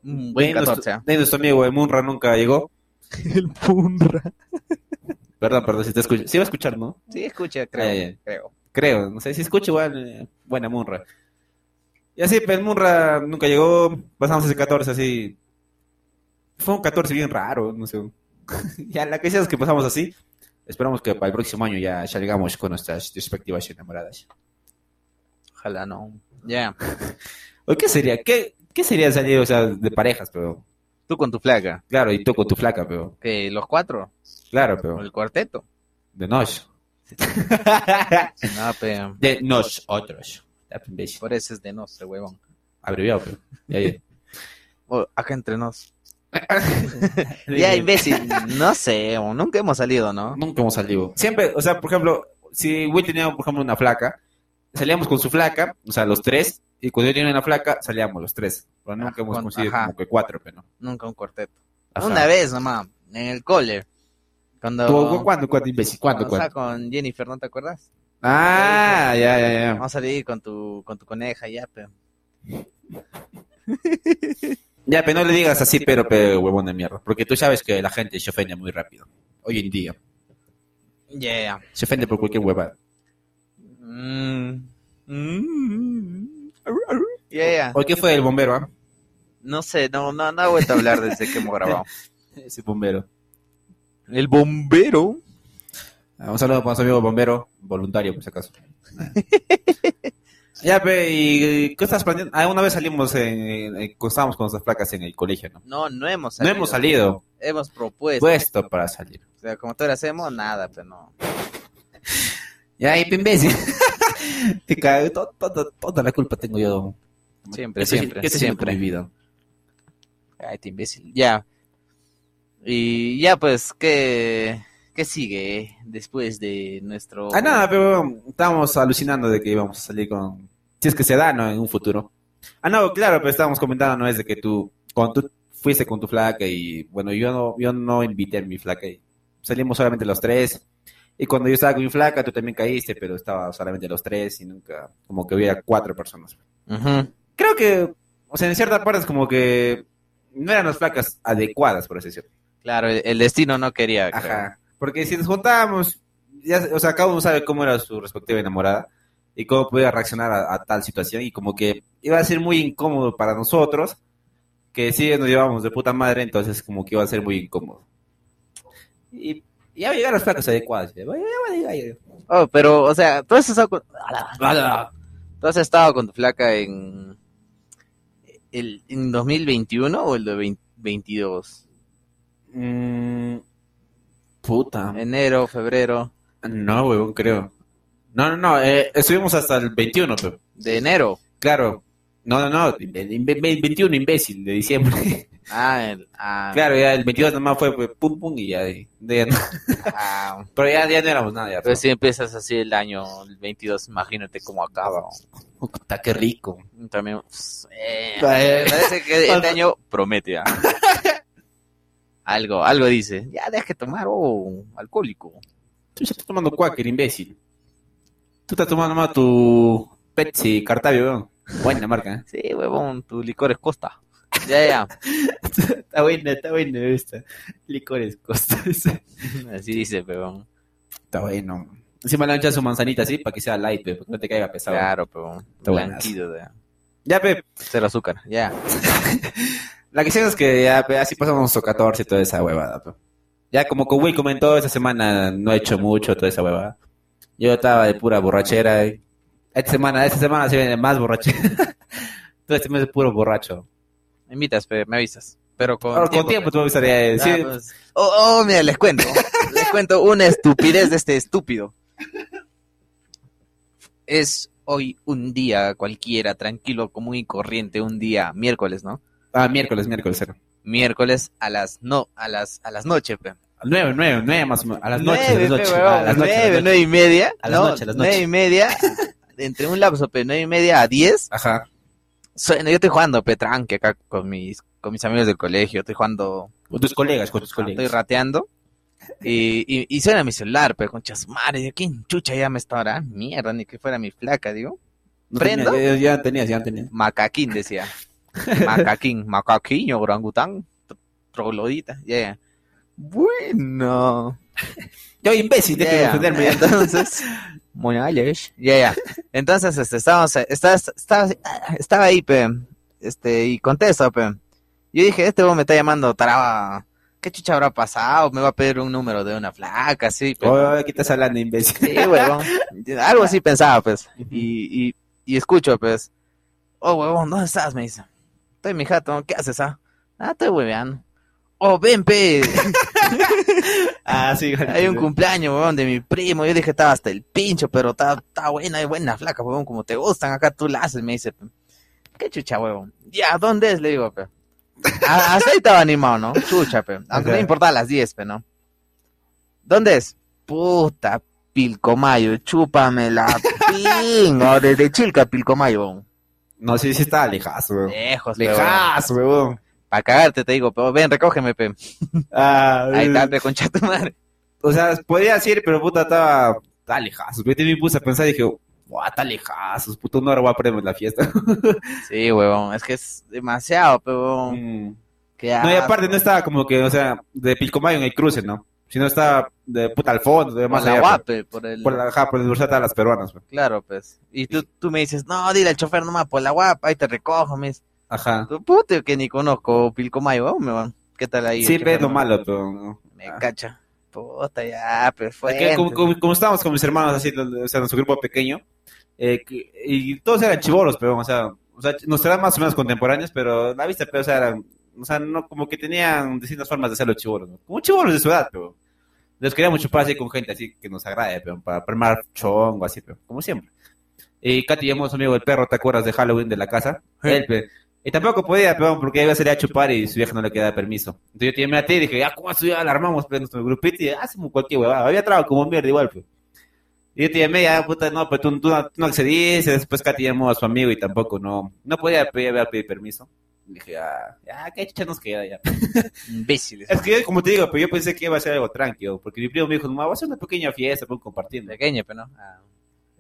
S2: Un buen ¿ah?
S1: De ahí
S2: 14.
S1: nuestro, de ahí nuestro amigo de Munra nunca llegó.
S2: El punra.
S1: Perdón, perdón, si te escucho. Sí va a escuchar, ¿no?
S2: Sí, escucha, creo.
S1: Ya, ya.
S2: creo.
S1: creo. No sé si escucho igual. eh, Buena Munra. Y así, pues Munra nunca llegó. Pasamos ese 14 así. Fue un 14 bien raro, no sé. (laughs) ya la que sea es que pasamos así. Esperamos que para el próximo año ya salgamos con nuestras respectivas enamoradas.
S2: Ojalá no. Ya.
S1: ¿O qué sería? ¿Qué, qué sería salir, o sea, de parejas, pero...
S2: Tú con tu flaca.
S1: Claro, y tú con tu flaca, pero...
S2: que ¿Los cuatro?
S1: Claro,
S2: ¿O
S1: pero...
S2: el cuarteto?
S1: De nos.
S2: No, (laughs) pero
S1: de nosotros. Ya, pues, imbécil.
S2: por eso es de nos, el huevón.
S1: Abreviado, pero... Ya, ya.
S2: O acá entre nos. (laughs) Ya, imbécil, no sé, o nunca hemos salido, ¿no?
S1: Nunca hemos salido. Siempre, o sea, por ejemplo, si Will tenía, por ejemplo, una flaca, salíamos con su flaca, o sea, los tres, y cuando yo tenía una flaca, salíamos los tres. Pero nunca
S2: Ajá,
S1: hemos
S2: con-
S1: conseguido
S2: ajá.
S1: como que cuatro, pero no.
S2: Nunca un cuarteto.
S1: Ajá.
S2: Una vez nomás, en el cole. Cuando,
S1: ¿Tú, ¿Cuándo, cuándo, imbécil? ¿Cuándo,
S2: cuando estaba
S1: cuándo?
S2: con Jennifer, ¿no te acuerdas?
S1: Ah, ya, ya, ya.
S2: Vamos a salir con tu, con tu coneja ya, pero.
S1: Ya, pero no le digas así, pero, pero, huevón de mierda. Porque tú sabes que la gente se ofende muy rápido. Hoy en día.
S2: Yeah.
S1: Se ofende por cualquier huevada.
S2: Mm. Mm. Arru, arru. Yeah.
S1: ¿Por qué fue el bombero, ah? (laughs)
S2: No sé, no, no, no he vuelto a hablar desde que
S1: (laughs)
S2: hemos grabado.
S1: Ese bombero.
S2: El bombero.
S1: Ah, Un saludo para nuestro amigo bombero, voluntario, por si acaso. ya, pe, ¿y qué estás planeando? Ah, una vez salimos, en, en- cuando estábamos con nuestras placas en el colegio, ¿no?
S2: No, no hemos
S1: No
S2: salido.
S1: hemos salido,
S2: Hemos propuesto.
S1: puesto para salir.
S2: O sea, como todos hacemos, nada, pero no.
S1: Ya, y pe, imbécil. (laughs) Te cago, to- to- to- toda la culpa tengo yo.
S2: Siempre,
S1: ¿Qué estoy-
S2: siempre,
S1: qué estoy haciendo
S2: siempre.
S1: con mi vida?
S2: Cállate, imbécil. Ya. Y ya, pues, ¿qué, qué sigue eh? después de nuestro.
S1: Ah, nada, pero um, estábamos alucinando de que íbamos a salir con. Si es que se da, ¿no? En un futuro. Ah, no, claro, pero estábamos comentando, ¿no? Es de que tú, cuando tú fuiste con tu flaca y, bueno, yo no, yo no invité a mi flaca y salimos solamente los tres. Y cuando yo estaba con mi flaca, tú también caíste, pero estaba solamente los tres y nunca, como que hubiera cuatro personas.
S2: Ujú.
S1: Creo que, o sea, en cierta parte es como que no eran las flacas adecuadas, por así decirlo.
S2: Claro, el, el destino no quería. creo.
S1: Ajá. Porque si nos juntábamos, ya, o sea, cada uno sabe cómo era su respectiva enamorada y cómo podía reaccionar a, a tal situación y como que iba a ser muy incómodo para nosotros, que si nos llevábamos de puta madre, entonces como que iba a ser muy incómodo. Y y ya llegaron las placas adecuadas. ya, ya, ya, ya, ya.
S2: Oh, pero, o sea, tú has estado con. ¿Tú has estado con tu flaca en. El, ¿En 2021 o el de 2022?
S1: Mm, puta.
S2: Enero, febrero.
S1: No, huevón, creo. No, no, no, eh, estuvimos hasta el 21, pero...
S2: De enero.
S1: Claro. No, no, no, el 21, imbécil, de diciembre.
S2: Ah, el- ah,
S1: Claro, ya el 22 nomás fue, fue pum pum y ya. de- de- ya no-
S2: ah.
S1: pero ya, ya no éramos nada. Ya,
S2: Entonces, si empiezas así el año el 22, imagínate cómo acaba.
S1: pues, Puta, qué rico.
S2: También. pues, eh,
S1: Eh.
S2: parece que este año promete. ah. (laughs) Algo, algo dice. Ya deja de tomar, oh, alcohólico.
S1: Tú ya estás tomando cuáquer, imbécil. Tú estás tomando más tu Pepsi Cartavio, weón. Buena marca, ¿eh?
S2: Sí, huevón, tu licor es costa. Ya, ya.
S1: (laughs) Está buena, está buena esta. Licores costas. Está
S2: Así dice, huevón.
S1: bueno. Encima le han echado su manzanita así para que sea light, pe, porque no te caiga pesado.
S2: (laughs) Claro, huevón.
S1: Está buenazo.
S2: Blanquido, de
S1: Ya, Pep.
S2: cero azúcar. Ya.
S1: La que sea es que ya pe, así pasamos nuestro 14 y toda esa huevada. pe. Ya como que Will comentó, esta semana no he hecho mucho, toda esa huevada. Yo estaba de pura borrachera. eh. Esta semana, esta semana se viene más borrachera. (laughs) Todo este mes es puro borracho.
S2: Me invitas, pe, me avisas. Pero con
S1: Ahora, con tiempo, te voy a avisar, eh,
S2: Ah,
S1: sí.
S2: pues. Oh, oh, mira, les cuento. les cuento una estupidez de este estúpido. Es hoy un día cualquiera, tranquilo, común y corriente, un día miércoles, ¿no?
S1: Ah, miércoles, miércoles. Era.
S2: Miércoles a las no, a las a las noches, pe.
S1: Nueve, nueve, nueve más o menos. A las noches,
S2: Nueve,
S1: a las noches.
S2: pe,
S1: A
S2: huevón,
S1: las noches. a las
S2: nueve,
S1: noches.
S2: nueve y media.
S1: A las
S2: no,
S1: noches, a las
S2: Nueve
S1: (laughs)
S2: y media. Entre un lapso, pe, nueve y media a diez.
S1: Ajá.
S2: Suena, yo estoy jugando, pe, tranqui, acá con mis, con mis amigos del colegio. Estoy jugando ah,
S1: Con tus colegas, con tus
S2: Estoy
S1: colegas.
S2: rateando. Y, y, y suena mi celular, pero con chasmares. Digo, ¿quién chucha ya me está ahora? Mierda, ni que fuera mi flaca, digo.
S1: No tenía-
S2: ¿Prendo?
S1: ya- ya tenías, ya tenías.
S2: Macaquín
S1: (laughs)
S2: decía. Macaquín, macaquiño, orangután, tro- troglodita. Ya, ya. Bueno.
S1: Yo, imbécil,
S2: Ya,
S1: déjame
S2: ya.
S1: ofenderme. ya.
S2: (laughs) Entonces, moñales. Ya, ya. Entonces, este, estábamos, estaba, estaba, estaba ahí, pe, este, y contesto, pe. Yo dije, este vos me está llamando, taraba. ¿Qué chucha habrá pasado? Me va a pedir un número de una flaca, sí, pe.
S1: Oh, ¿Qué estás hablando, imbécil?
S2: Sí, huevón. Algo así pensaba, pues. Y, y, y escucho, pues. Oh, huevón, ¿dónde estás? Me dice. Estoy en mi jato, ¿qué haces, ah? Ah, estoy hueveando. Oh, ven, pe.
S1: (laughs) Ah, sí,
S2: Hay un cumpleaños, huevón, de mi primo. Yo dije, estaba hasta el pincho, pero está, está buena, es buena, flaca, huevón. Como te gustan, acá tú la haces, me dice. pe. Qué chucha, huevón. Ya, ¿dónde es? Le digo, pe. A- (laughs) Hasta ahí estaba animado, ¿no? Chucha, pe. Aunque no
S1: Ajá.
S2: importaba las 10, pe, ¿no? ¿Dónde es? Puta, Pilcomayo, chúpame la pinga. (laughs) Desde Chilca, Pilcomayo, huevón.
S1: No, sí, sí está alejazo, weón.
S2: Lejos, pe, huevón.
S1: Lejas, huevón.
S2: Para cagarte, te digo, pero ven, recógeme, pe.
S1: Ah,
S2: Ahí está,
S1: eh,
S2: pe, concha tu madre.
S1: O sea, podía decir, pero puta, estaba. Está lejazo. Yo también me puse a pensar y dije, ¡Buah, está lejazos! Puto, una hora voy a perderme la
S2: (laughs)
S1: fiesta.
S2: Sí, huevón, es que es demasiado, pero huevón.
S1: Mm.
S2: Qué asco.
S1: No, y aparte no estaba como que, o sea, de Pilcomayo en el cruce, ¿no? Sino estaba de puta al fondo, de
S2: Por
S1: más
S2: la
S1: allá.
S2: guape, por el...
S1: Por la, ajá, por la Universidad de las Peruanas. pues.
S2: Claro, pues. Y tú, tú me dices, no, dile al chofer nomás, por la guapa, ahí te recojo, me dice.
S1: Ajá.
S2: Tú, puto, que ni conozco Pilcomayo, huevón, me van. ¿Qué tal ahí?
S1: Sí,
S2: el
S1: pero es
S2: chofer?
S1: lo malo, pero... ¿no?
S2: Me
S1: Ah.
S2: cacha. Puta, ya, pues, pero fue.
S1: Es que como, como- como estábamos con mis hermanos, así, o sea, nuestro grupo pequeño, eh, que- y todos eran chivolos, pero, o sea, o sea, nos eran más o menos contemporáneos, pero la vista, pero, o sea, eran, o sea, no, como que tenían distintas formas de ser los chivolos, ¿no? Como chivolos de su edad, pero los queríamos chupar así con gente así que nos agrade, pero, para primar chongo, así, pero, como siempre. Y Katy, llamó a su amigo el perro, ¿te acuerdas de Halloween de la casa?
S2: Sí.
S1: Él, pe, y tampoco podía, pero porque iba a salir a chupar y su vieja no le quedaba permiso. Entonces yo te llamé a ti y dije, ah, ¿cómo eso ya la armamos? Pero nuestro grupito y hacemos cualquier huevada. Había trabajado como mierda igual, pues. Y yo te llamé, ya, puta, no, pero tú, tú no, tú no accediste. Después Katy llamó a su amigo y tampoco, no, no podía pedir, había pedido permiso. Y dije, ah, ya, qué chicha nos queda ya.
S2: Imbéciles.
S1: Es que, como te digo, pero yo pensé que iba a ser algo tranquilo, porque mi primo me dijo, no, va a ser una pequeña fiesta, pues compartiendo.
S2: Pequeño, pero no. Ah.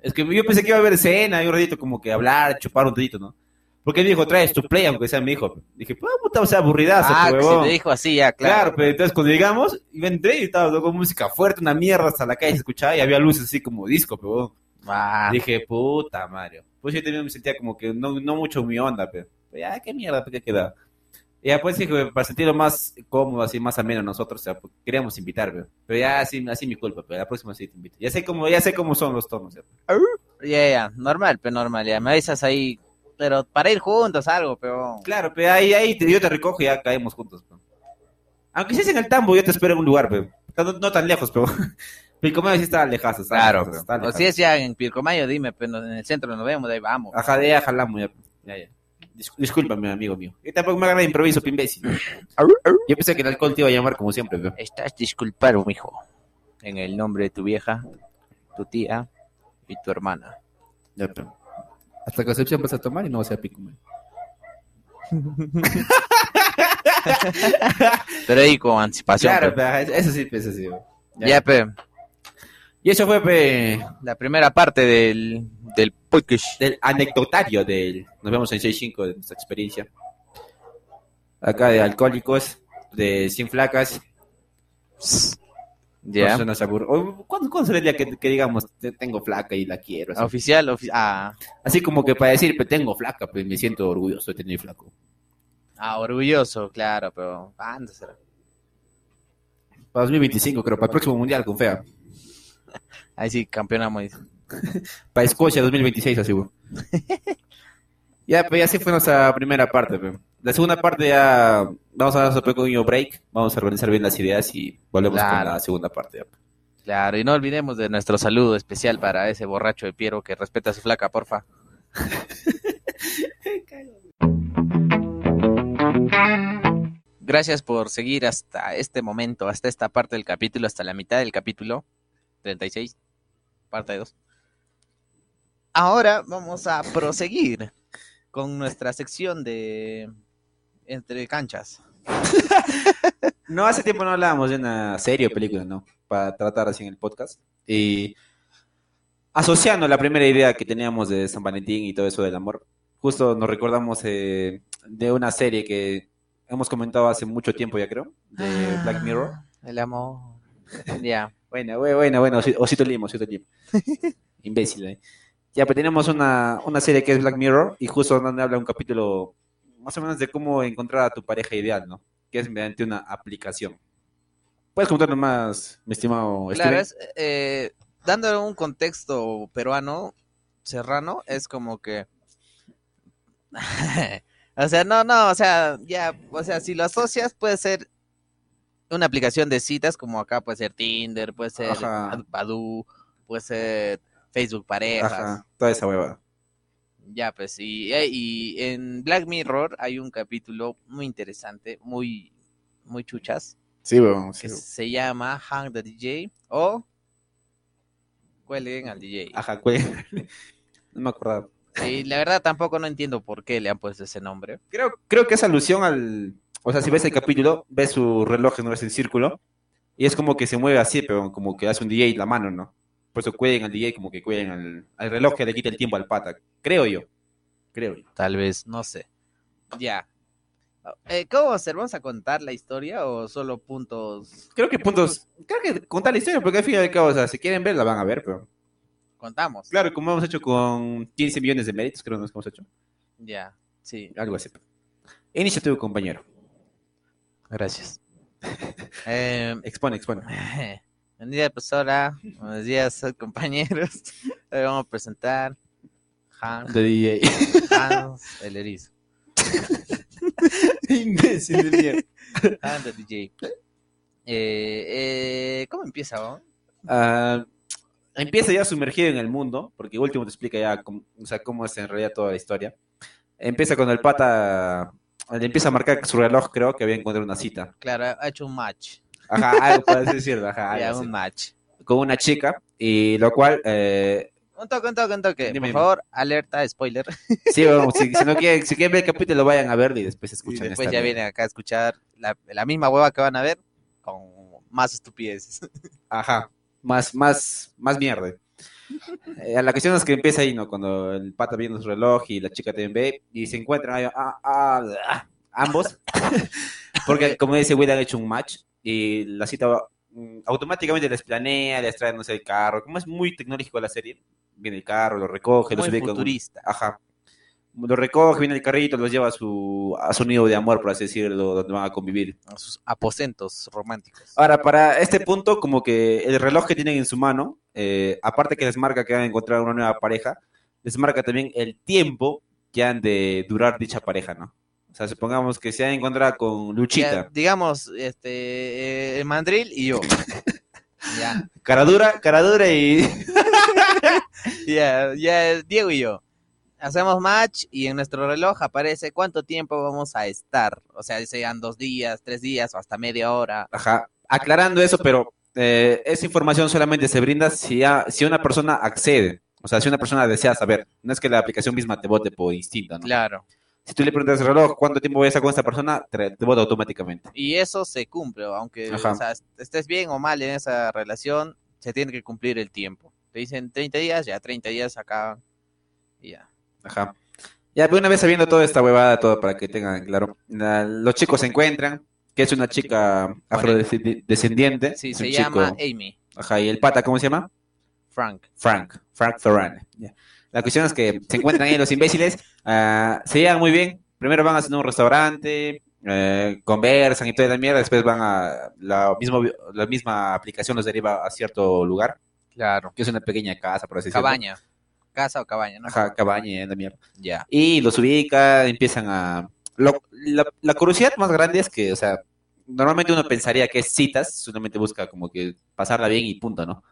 S1: Es que yo pensé que iba a haber cena y un ratito como que hablar, chupar un ratito, ¿no? Porque él me dijo, traes tu play, aunque sea mi hijo. Dije, pues puta, o sea, aburridazo, pues,
S2: Ah, que
S1: huevón.
S2: si te dijo así, ya,
S1: Claro,
S2: claro.
S1: pero entonces cuando llegamos, yo entré y estaba todo con música fuerte, una mierda hasta la calle se escuchaba y había luces así como disco, pero huevón.
S2: Ah,
S1: dije, puta Mario. Pues yo también me sentía como que no, no mucho mi onda, pero pero ya, qué mierda, pe, qué queda. Y después dije, para sentirlo más cómodo, así más ameno nosotros, o sea, pues, queríamos invitar, pe. pero ya así, así mi culpa, pero la próxima sí te invito. Ya sé cómo, ya sé cómo son los tonos. ya.
S2: ya, ya, normal, pero normal, ya. Me avisas ahí, pero para ir juntos, algo, pues, pero.
S1: Claro, pero ahí, ahí te- yo te recojo y ya caemos juntos. pe. Aunque si es en el tambo, yo te espero en un lugar, pe. Está- No, no tan (laughs) lejos, pero. Pilcomayo sí está lejazo, está
S2: Claro,
S1: lejazo,
S2: pero.
S1: está
S2: Pues, O
S1: lejazo.
S2: si es ya en Pircomayo, dime, pero en el centro nos vemos, de ahí vamos.
S1: Ajá, de ahí a jalamos, ya. ya, ya. Dis- discúlpame, amigo mío. Y tampoco me agarra de improviso, pe imbécil. Yo pensé que el alcohol te iba a llamar como siempre, pe.
S2: Estás disculpado, mijo. En el nombre de tu vieja, tu tía y tu hermana.
S1: Ya, pe. Hasta Concepción vas a tomar y no vas a Pilcomayo.
S2: Pero ahí con anticipación.
S1: Claro,
S2: pe.
S1: pe, ajá, eso sí, pe, eso sí. pe. Ya.
S2: Ya, pe.
S1: Y eso fue, pe,
S2: La primera parte del, del podcast.
S1: del anecdotario del nos vemos en 6.5 de nuestra experiencia. Acá de alcohólicos, de sin flacas.
S2: Ya.
S1: personas abur- o, ¿Cuándo, cuándo será el día que, que digamos te- tengo flaca y la quiero? Así,
S2: Oficial, ofi- ah,
S1: Así como que para decir, "Pe, tengo flaca, pues me siento orgulloso de tener flaco.
S2: ah, orgulloso, claro, pero ¿cuándo será?
S1: Para 2025, creo, para el próximo mundial con fea.
S2: Ahí sí, campeonamos. dice.
S1: Para Escocia 2026, así, (laughs) güey. ya, pues así fue nuestra primera parte. pe. La segunda parte ya vamos a dar un pequeño break, vamos a organizar bien las ideas y volvemos
S2: Claro.
S1: con la segunda parte. ya, pe.
S2: Claro, y no olvidemos de nuestro saludo especial para ese borracho de Piero que respeta a su flaca, (laughs) porfa. Gracias por seguir hasta este momento, hasta esta parte del capítulo, hasta la mitad del capítulo 36, parte 2. Ahora vamos a proseguir con nuestra sección de entre canchas.
S1: No, hace tiempo no hablábamos de una serie o película, ¿no? Para tratar así en el podcast. Y asociando la primera idea que teníamos de San Valentín y todo eso del amor, justo nos recordamos eh, de una serie que hemos comentado hace mucho tiempo, ya creo, de
S2: Ah.
S1: Black Mirror.
S2: El amor. Ya.
S1: Bueno, bueno, bueno, bueno, osi- Osito Limo, Osito
S2: (laughs)
S1: Limo. Imbécil, eh. Ya, pero tenemos una, una serie que es Black Mirror y justo donde habla un capítulo más o menos de cómo encontrar a tu pareja ideal, ¿no? Que es mediante una aplicación. ¿Puedes contarnos más, mi estimado
S2: Claro,
S1: Steven?
S2: es, eh, dándole un contexto peruano, serrano, es como que... (laughs) o sea, no, no, o sea, ya, o sea, si lo asocias puede ser una aplicación de citas como acá puede ser Tinder, puede ser
S1: Ajá.
S2: Badu, puede ser Facebook Parejas.
S1: Ajá, toda esa hueva.
S2: Ya, pues, y, eh, y en Black Mirror hay un capítulo muy interesante, muy, muy chuchas,
S1: Sí, weón,
S2: que se llama Hang the DJ o Cuelguen al DJ.
S1: Ajá, güey. (laughs) No me acordaba.
S2: Y la verdad tampoco no entiendo por qué le han puesto ese nombre.
S1: Creo, creo que es alusión al... O sea, si ves el capítulo, ves su reloj, no es el círculo, y es como que se mueve así, pero como que hace un DJ la mano, ¿no? Por eso cuiden al DJ como que cuiden al, al reloj que le quite el tiempo al pata. Creo yo. Creo yo.
S2: Tal vez, no sé. Ya. Eh, ¿Cómo va a ser? ¿Vamos a contar la historia o solo puntos?
S1: Creo que puntos. Creo que contar la historia, porque al fin y al cabo, o sea, si quieren verla, van a ver, pero.
S2: Contamos.
S1: Claro, como hemos hecho con 15 millones de méritos, creo que hemos hecho.
S2: Ya, sí,
S1: Algo así. Inicia tu compañero.
S2: gracias. (laughs) Eh,
S1: Expone,
S2: (laughs)
S1: expone.
S2: Buen día, profesora. Buenos días, (laughs) compañeros. Hoy vamos a presentar Han-
S1: De DJ.
S2: Hans el Erizo.
S1: Imbécil de mierda.
S2: Hans the DJ. Eh, eh, ¿Cómo empieza, vamos?
S1: Ah, empieza ya sumergido en el mundo, porque último te explica ya cómo, o sea, cómo es en realidad toda la historia. Empieza cuando el pata le empieza a marcar su reloj, creo que había encontrado una cita.
S2: Claro, ha hecho un match.
S1: Ajá, algo para decirlo, ajá, algo
S2: (laughs) Ya,
S1: así.
S2: un match.
S1: Con una chica, y lo cual, eh,
S2: Un toque, un toque, un toque.
S1: Dime,
S2: Por
S1: dime.
S2: favor, alerta, spoiler.
S1: sí, bueno, si, si no quieren, si quieren ver el capítulo, vayan a verlo y después escuchan.
S2: y después
S1: esta
S2: ya
S1: mierda.
S2: vienen acá a escuchar la, la misma hueva que van a ver con más estupideces.
S1: Ajá, más, más, más mierda. Eh, la cuestión es que empieza ahí, ¿no? Cuando el pata viendo su reloj y la chica también ve y se encuentran ahí, ah, ah, ah, ambos. (laughs) Porque como dice Will, han hecho un match y la cita va- mm, automáticamente les planea, les trae, no sé, el carro. Como es muy tecnológico la serie, viene el carro, lo recoge, los
S2: Muy
S1: sube con-
S2: futurista.
S1: Ajá. Lo recoge, viene el carrito, los lleva a su, a su nido de amor, por así decirlo, donde van a convivir.
S2: a Sus aposentos románticos.
S1: Ahora, para este punto, como que el reloj que tienen en su mano, eh, aparte que les marca que van a encontrar una nueva pareja, les marca también el tiempo que han de durar dicha pareja, ¿no? O sea, supongamos que se han encontrado con
S2: Ya,
S1: Luchita.
S2: digamos, este, eh, el mandril
S1: (laughs)
S2: y yo. ya,
S1: Cara dura, cara dura y... (laughs)
S2: ya, ya, Diego y yo. Hacemos match y en nuestro reloj aparece cuánto tiempo vamos a estar. O sea, sean dos días, tres días o hasta media hora.
S1: Ajá, aclarando eso, pero eh, esa información solamente se brinda si, a- si una persona accede. O sea, si una persona desea saber. No es que la aplicación misma te vote por instinto, ¿no?
S2: Claro.
S1: Si tú le preguntas al reloj cuánto tiempo voy a estar con esta persona, te, te vota automáticamente.
S2: Y eso se cumple, aunque
S1: Ajá.
S2: o sea, est- estés bien o mal en esa relación, se tiene que cumplir el tiempo. Te dicen 30 días, ya 30 días acá. y ya.
S1: Ajá. Ya, pues una vez sabiendo toda esta huevada, todo para que tengan claro, la- los chicos se encuentran, que es una chica afrodescendiente.
S2: Sí,
S1: es
S2: se
S1: un
S2: llama eh,
S1: chico.
S2: Amy,
S1: Ajá, y el pata, ¿cómo se llama?
S2: Frank.
S1: Frank, Frank Thoran. Ya. La cuestión es que se encuentran ahí los imbéciles, ah, se llevan muy bien, primero van a un restaurante, eh, conversan y toda la mierda, después van a, la, mismo, la misma aplicación los deriva a cierto lugar,
S2: Claro.
S1: que es una pequeña casa, por así decirlo.
S2: Cabaña. Casa o cabaña, ¿no?
S1: Ajá, cabaña, eh, la mierda.
S2: Ya.
S1: y los ubica, empiezan a... lo- la, la curiosidad más grande es que, o sea, normalmente uno pensaría que es citas, solamente busca como que pasarla bien y punto, ¿no?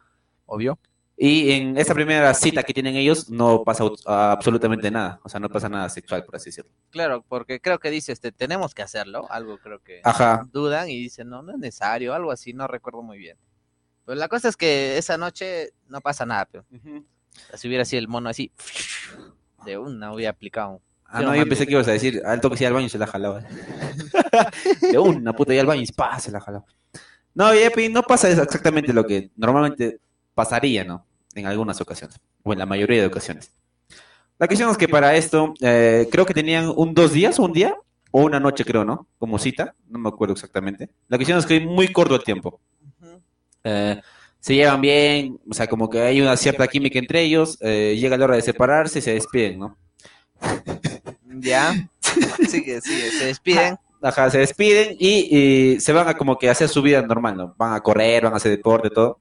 S2: Obvio.
S1: Y en esa primera cita que tienen ellos no pasa au- a- absolutamente nada, o sea, no pasa nada sexual, por así decirlo.
S2: Claro, porque creo que dice, este, tenemos que hacerlo, algo creo que
S1: Ajá,
S2: dudan y dicen, no, no es necesario, algo así, no recuerdo muy bien. Pero la cosa es que esa noche no pasa nada, pero si hubiera sido el mono así, de una hubiera aplicado.
S1: Ah, no, yo pensé que ibas a decir, al toque sí al baño y se la jalaba. (laughs) De una puta, y al baño y pa, se la jalaba. No, y Epi, no pasa eso exactamente lo que normalmente pasaría, ¿no? En algunas ocasiones, o en la mayoría de ocasiones. La cuestión es que para esto, eh, creo que tenían un dos días, un día, o una noche, creo, ¿no? Como cita, no me acuerdo exactamente. La cuestión es que muy corto el tiempo.
S2: Ujú.
S1: Eh, se llevan bien, o sea, como que hay una cierta química entre ellos, eh, llega la hora de separarse y se despiden, ¿no?
S2: Ya. (laughs) sigue, sigue. Se despiden.
S1: Ajá, se despiden y, y se van a como que hacer su vida normal, ¿no? Van a correr, van a hacer deporte, todo.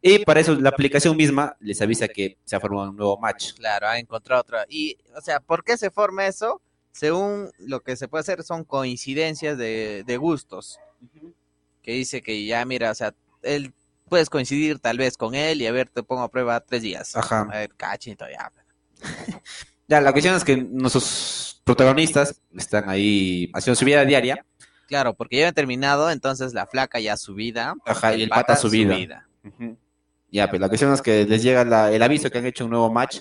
S1: Y para eso la aplicación misma les avisa que se ha formado un nuevo match.
S2: Claro, ha encontrado otra. Y, o sea, ¿por qué se forma eso? Según lo que se puede hacer son coincidencias de, de gustos. Que dice que ya, mira, o sea, él puedes coincidir tal vez con él y a ver, te pongo a prueba tres días. A
S1: Ajá.
S2: ver, cachito, ya.
S1: Ya, la cuestión es que nuestros protagonistas están ahí haciendo su vida diaria.
S2: Claro, porque ya habían terminado, entonces la flaca ya su vida.
S1: Ajá, y el pata su vida. Ujú. Ya, pues la cuestión es que les llega la- el aviso que han hecho un nuevo match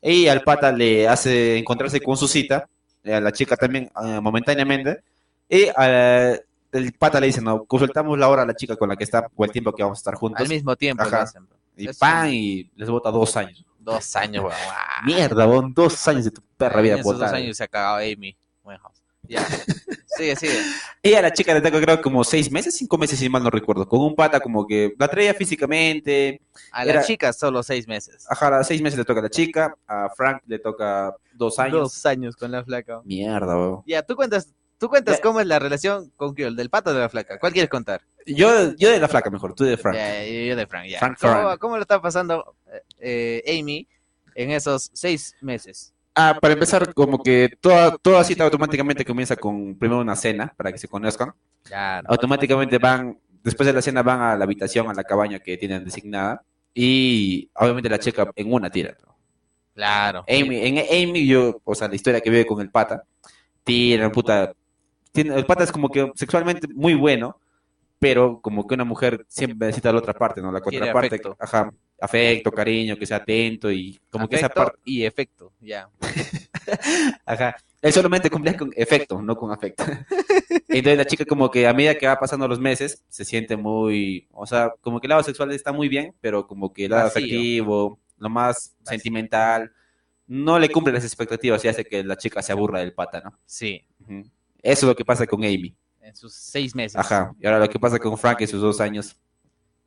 S1: y al pata le hace encontrarse con su cita, eh, a la chica también eh, momentáneamente, y eh, al- el pata le dice, no, consultamos la hora a la chica con la que está o el tiempo que vamos a estar juntos.
S2: Al mismo tiempo lo
S1: Ajá.
S2: hacen.
S1: Y
S2: Eso.
S1: pan, y les vota dos años.
S2: Dos años, weón. guau.
S1: (laughs) Mierda, weón, dos años de tu perra vida
S2: En esos dos
S1: botada.
S2: años se ha cagado Amy. Winehouse.
S1: (laughs)
S2: Ya. sigue, sigue.
S1: Ella, la chica, le tengo creo como seis meses, cinco meses, si mal no recuerdo. Con un pata como que la traía físicamente.
S2: A
S1: Era-
S2: la chica solo seis meses.
S1: A Jara seis meses le toca a la chica. A Frank le toca dos años.
S2: Dos años con la flaca.
S1: Mierda, weón.
S2: Ya, tú cuentas, tú cuentas
S1: Ya.
S2: cómo es la relación con Kyol, del pato de la flaca. ¿Cuál quieres contar?
S1: Yo, yo de la flaca mejor, tú de Frank.
S2: Ya, yo, yo de Frank, ya.
S1: Frank
S2: ¿Cómo,
S1: Ferrara.
S2: cómo lo está pasando eh, eh, Amy en esos seis meses?
S1: Ah, para empezar, como que toda, toda cita automáticamente comienza con primero una cena para que se conozcan.
S2: Claro.
S1: Automáticamente van, después de la cena van a la habitación, a la cabaña que tienen designada. Y obviamente la chica en una tira. ¿no?
S2: Claro.
S1: Amy, en Amy, yo, o sea, la historia que vive con el pata, tira, puta. tiene- el pata es como que sexualmente muy bueno, pero como que una mujer siempre necesita la otra parte, ¿no? La
S2: Quiere
S1: contraparte,
S2: afecto.
S1: ajá, afecto, cariño, que sea atento y como que esa
S2: Afecto
S1: parte.
S2: y efecto, ya.
S1: Ajá. Él solamente cumplía con efecto, no con
S2: (laughs)
S1: afecto. Entonces la chica como que a medida que va pasando los meses se siente muy, o sea, como que el lado sexual está muy bien, pero como que el lado
S2: Vacío.
S1: afectivo, lo más
S2: Vacío.
S1: sentimental, no le cumple las expectativas y hace que la chica se aburra del pata, ¿no?
S2: Sí,
S1: Ujú. Eso es lo que pasa con Amy.
S2: en sus seis meses.
S1: Ajá. Y ahora lo que pasa con Frank en sus dos años.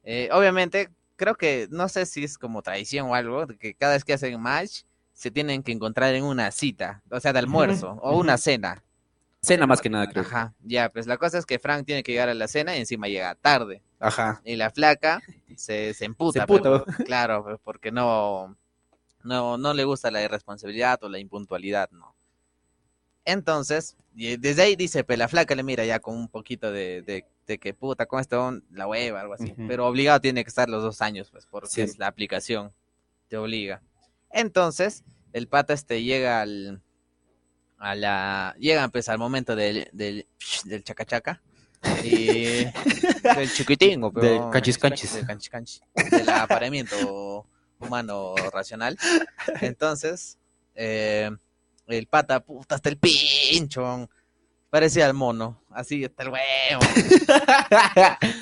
S2: Eh, obviamente, creo que, no sé si es como tradición o algo, de que cada vez que hacen match, se tienen que encontrar en una cita, o sea, de almuerzo, o una cena.
S1: Cena más que nada, creo. Ajá.
S2: Ajá, ya, pues la cosa es que Frank tiene que llegar a la cena y encima llega tarde. Y la flaca se, se emputa.
S1: Se
S2: pues,
S1: puta.
S2: Claro, pues, porque no, no, no le gusta la irresponsabilidad o la impuntualidad, ¿no? Entonces, y desde ahí dice, pues la flaca le mira ya con un poquito de, de, de que puta, con esto la hueva, algo así.
S1: Ujú.
S2: Pero obligado tiene que estar los dos años, pues, porque
S1: Sí.
S2: es la aplicación, te obliga. Entonces, el pata este llega al, a la, llega pues al momento del, del, del chacachaca.
S1: (laughs)
S2: Y del chiquitingo, pero.
S1: Del canchis canchis.
S2: Del canchis canchis. Del apareamiento humano racional. Entonces, eh, el pata, puta, hasta el pinchón. Parecía al mono, así hasta el huevo. (laughs)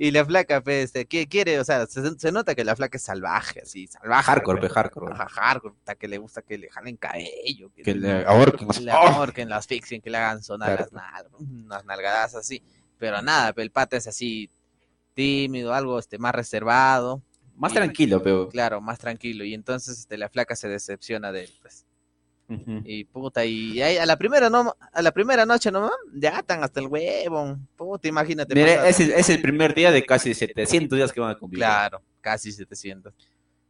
S2: y la flaca, pues, este, que quiere, o sea, se, se nota que la flaca es salvaje, así, salvaje.
S1: Hardcore, pe,
S2: pues.
S1: hardcore.
S2: Ajá, hardcore, puta, que le gusta que le jalen cabello.
S1: Que le ahorquen.
S2: que le
S1: ¡Oh!
S2: ahorquen, lo asfixien, que le hagan sonar
S1: Claro.
S2: las nalgas, unas nalgadas así. Pero nada, pe, el pata es así tímido, algo este, más reservado,
S1: Más tranquilo, pero.
S2: claro, más tranquilo. Y entonces este, la flaca se decepciona de él, pues. Y puta, y ahí a la primera no, a la primera noche nomás, ya tan hasta el huevo. Puta, imagínate.
S1: Mira,
S2: pasar-
S1: es el, es el primer día de casi 700 días que van a cumplir.
S2: Claro, casi 700.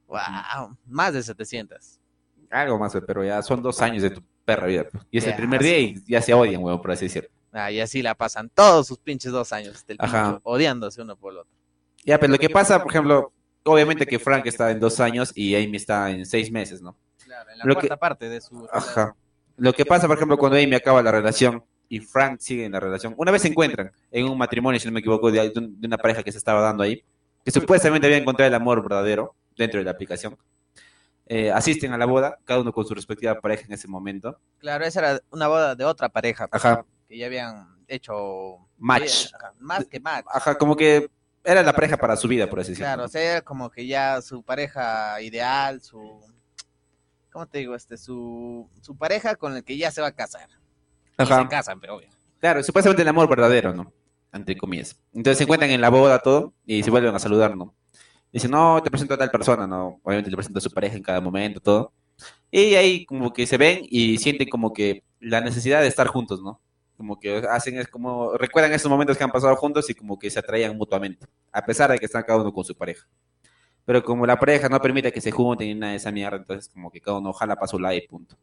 S2: Wow, más de 700.
S1: Algo más, pero ya son dos años de tu perra vida. pues. Y es
S2: Ya,
S1: el primer día y ya se odian, weón, por así decirlo.
S2: Ah, y así la pasan todos sus pinches dos años del
S1: Ajá.
S2: pincho, odiándose uno por el otro.
S1: Ya, pero lo que pasa, por ejemplo, obviamente que Frank está en dos años y Amy está en seis meses, ¿no?
S2: Claro, en la
S1: Lo que-
S2: cuarta parte de su.
S1: Ajá. Lo que pasa, por ejemplo, cuando Amy acaba la relación y Frank sigue en la relación, una vez se encuentran en un matrimonio, si no me equivoco, de, de un- de una pareja que se estaba dando ahí, que supuestamente había encontrado el amor verdadero dentro de la aplicación. Eh, asisten a la boda, cada uno con su respectiva pareja en ese momento.
S2: Claro, esa era una boda de otra pareja pues,
S1: Ajá.
S2: que ya habían hecho.
S1: Match. Ah,
S2: Ajá, más que match.
S1: Ajá, como que era la pareja para su vida, por así decirlo.
S2: Claro, o sea, era como que ya su pareja ideal, su. ¿Cómo te digo? Este, su, su pareja con el que ya se va a casar. Y
S1: Ajá.
S2: se casan, pero obvio.
S1: Claro, supuestamente el amor verdadero, ¿no? Entre comillas. Entonces se encuentran en la boda todo y se vuelven a saludar, ¿no? Dicen, no, te presento a tal persona, ¿no? Obviamente le presento a su pareja en cada momento, todo. Y ahí como que se ven y sienten como que la necesidad de estar juntos, ¿no? Como que hacen, es como, recuerdan esos momentos que han pasado juntos y como que se atraían mutuamente, a pesar de que están cada uno con su pareja. Pero como la pareja no permite que se junten ni nada de esa mierda, entonces como que cada uno jala para su lado y punto.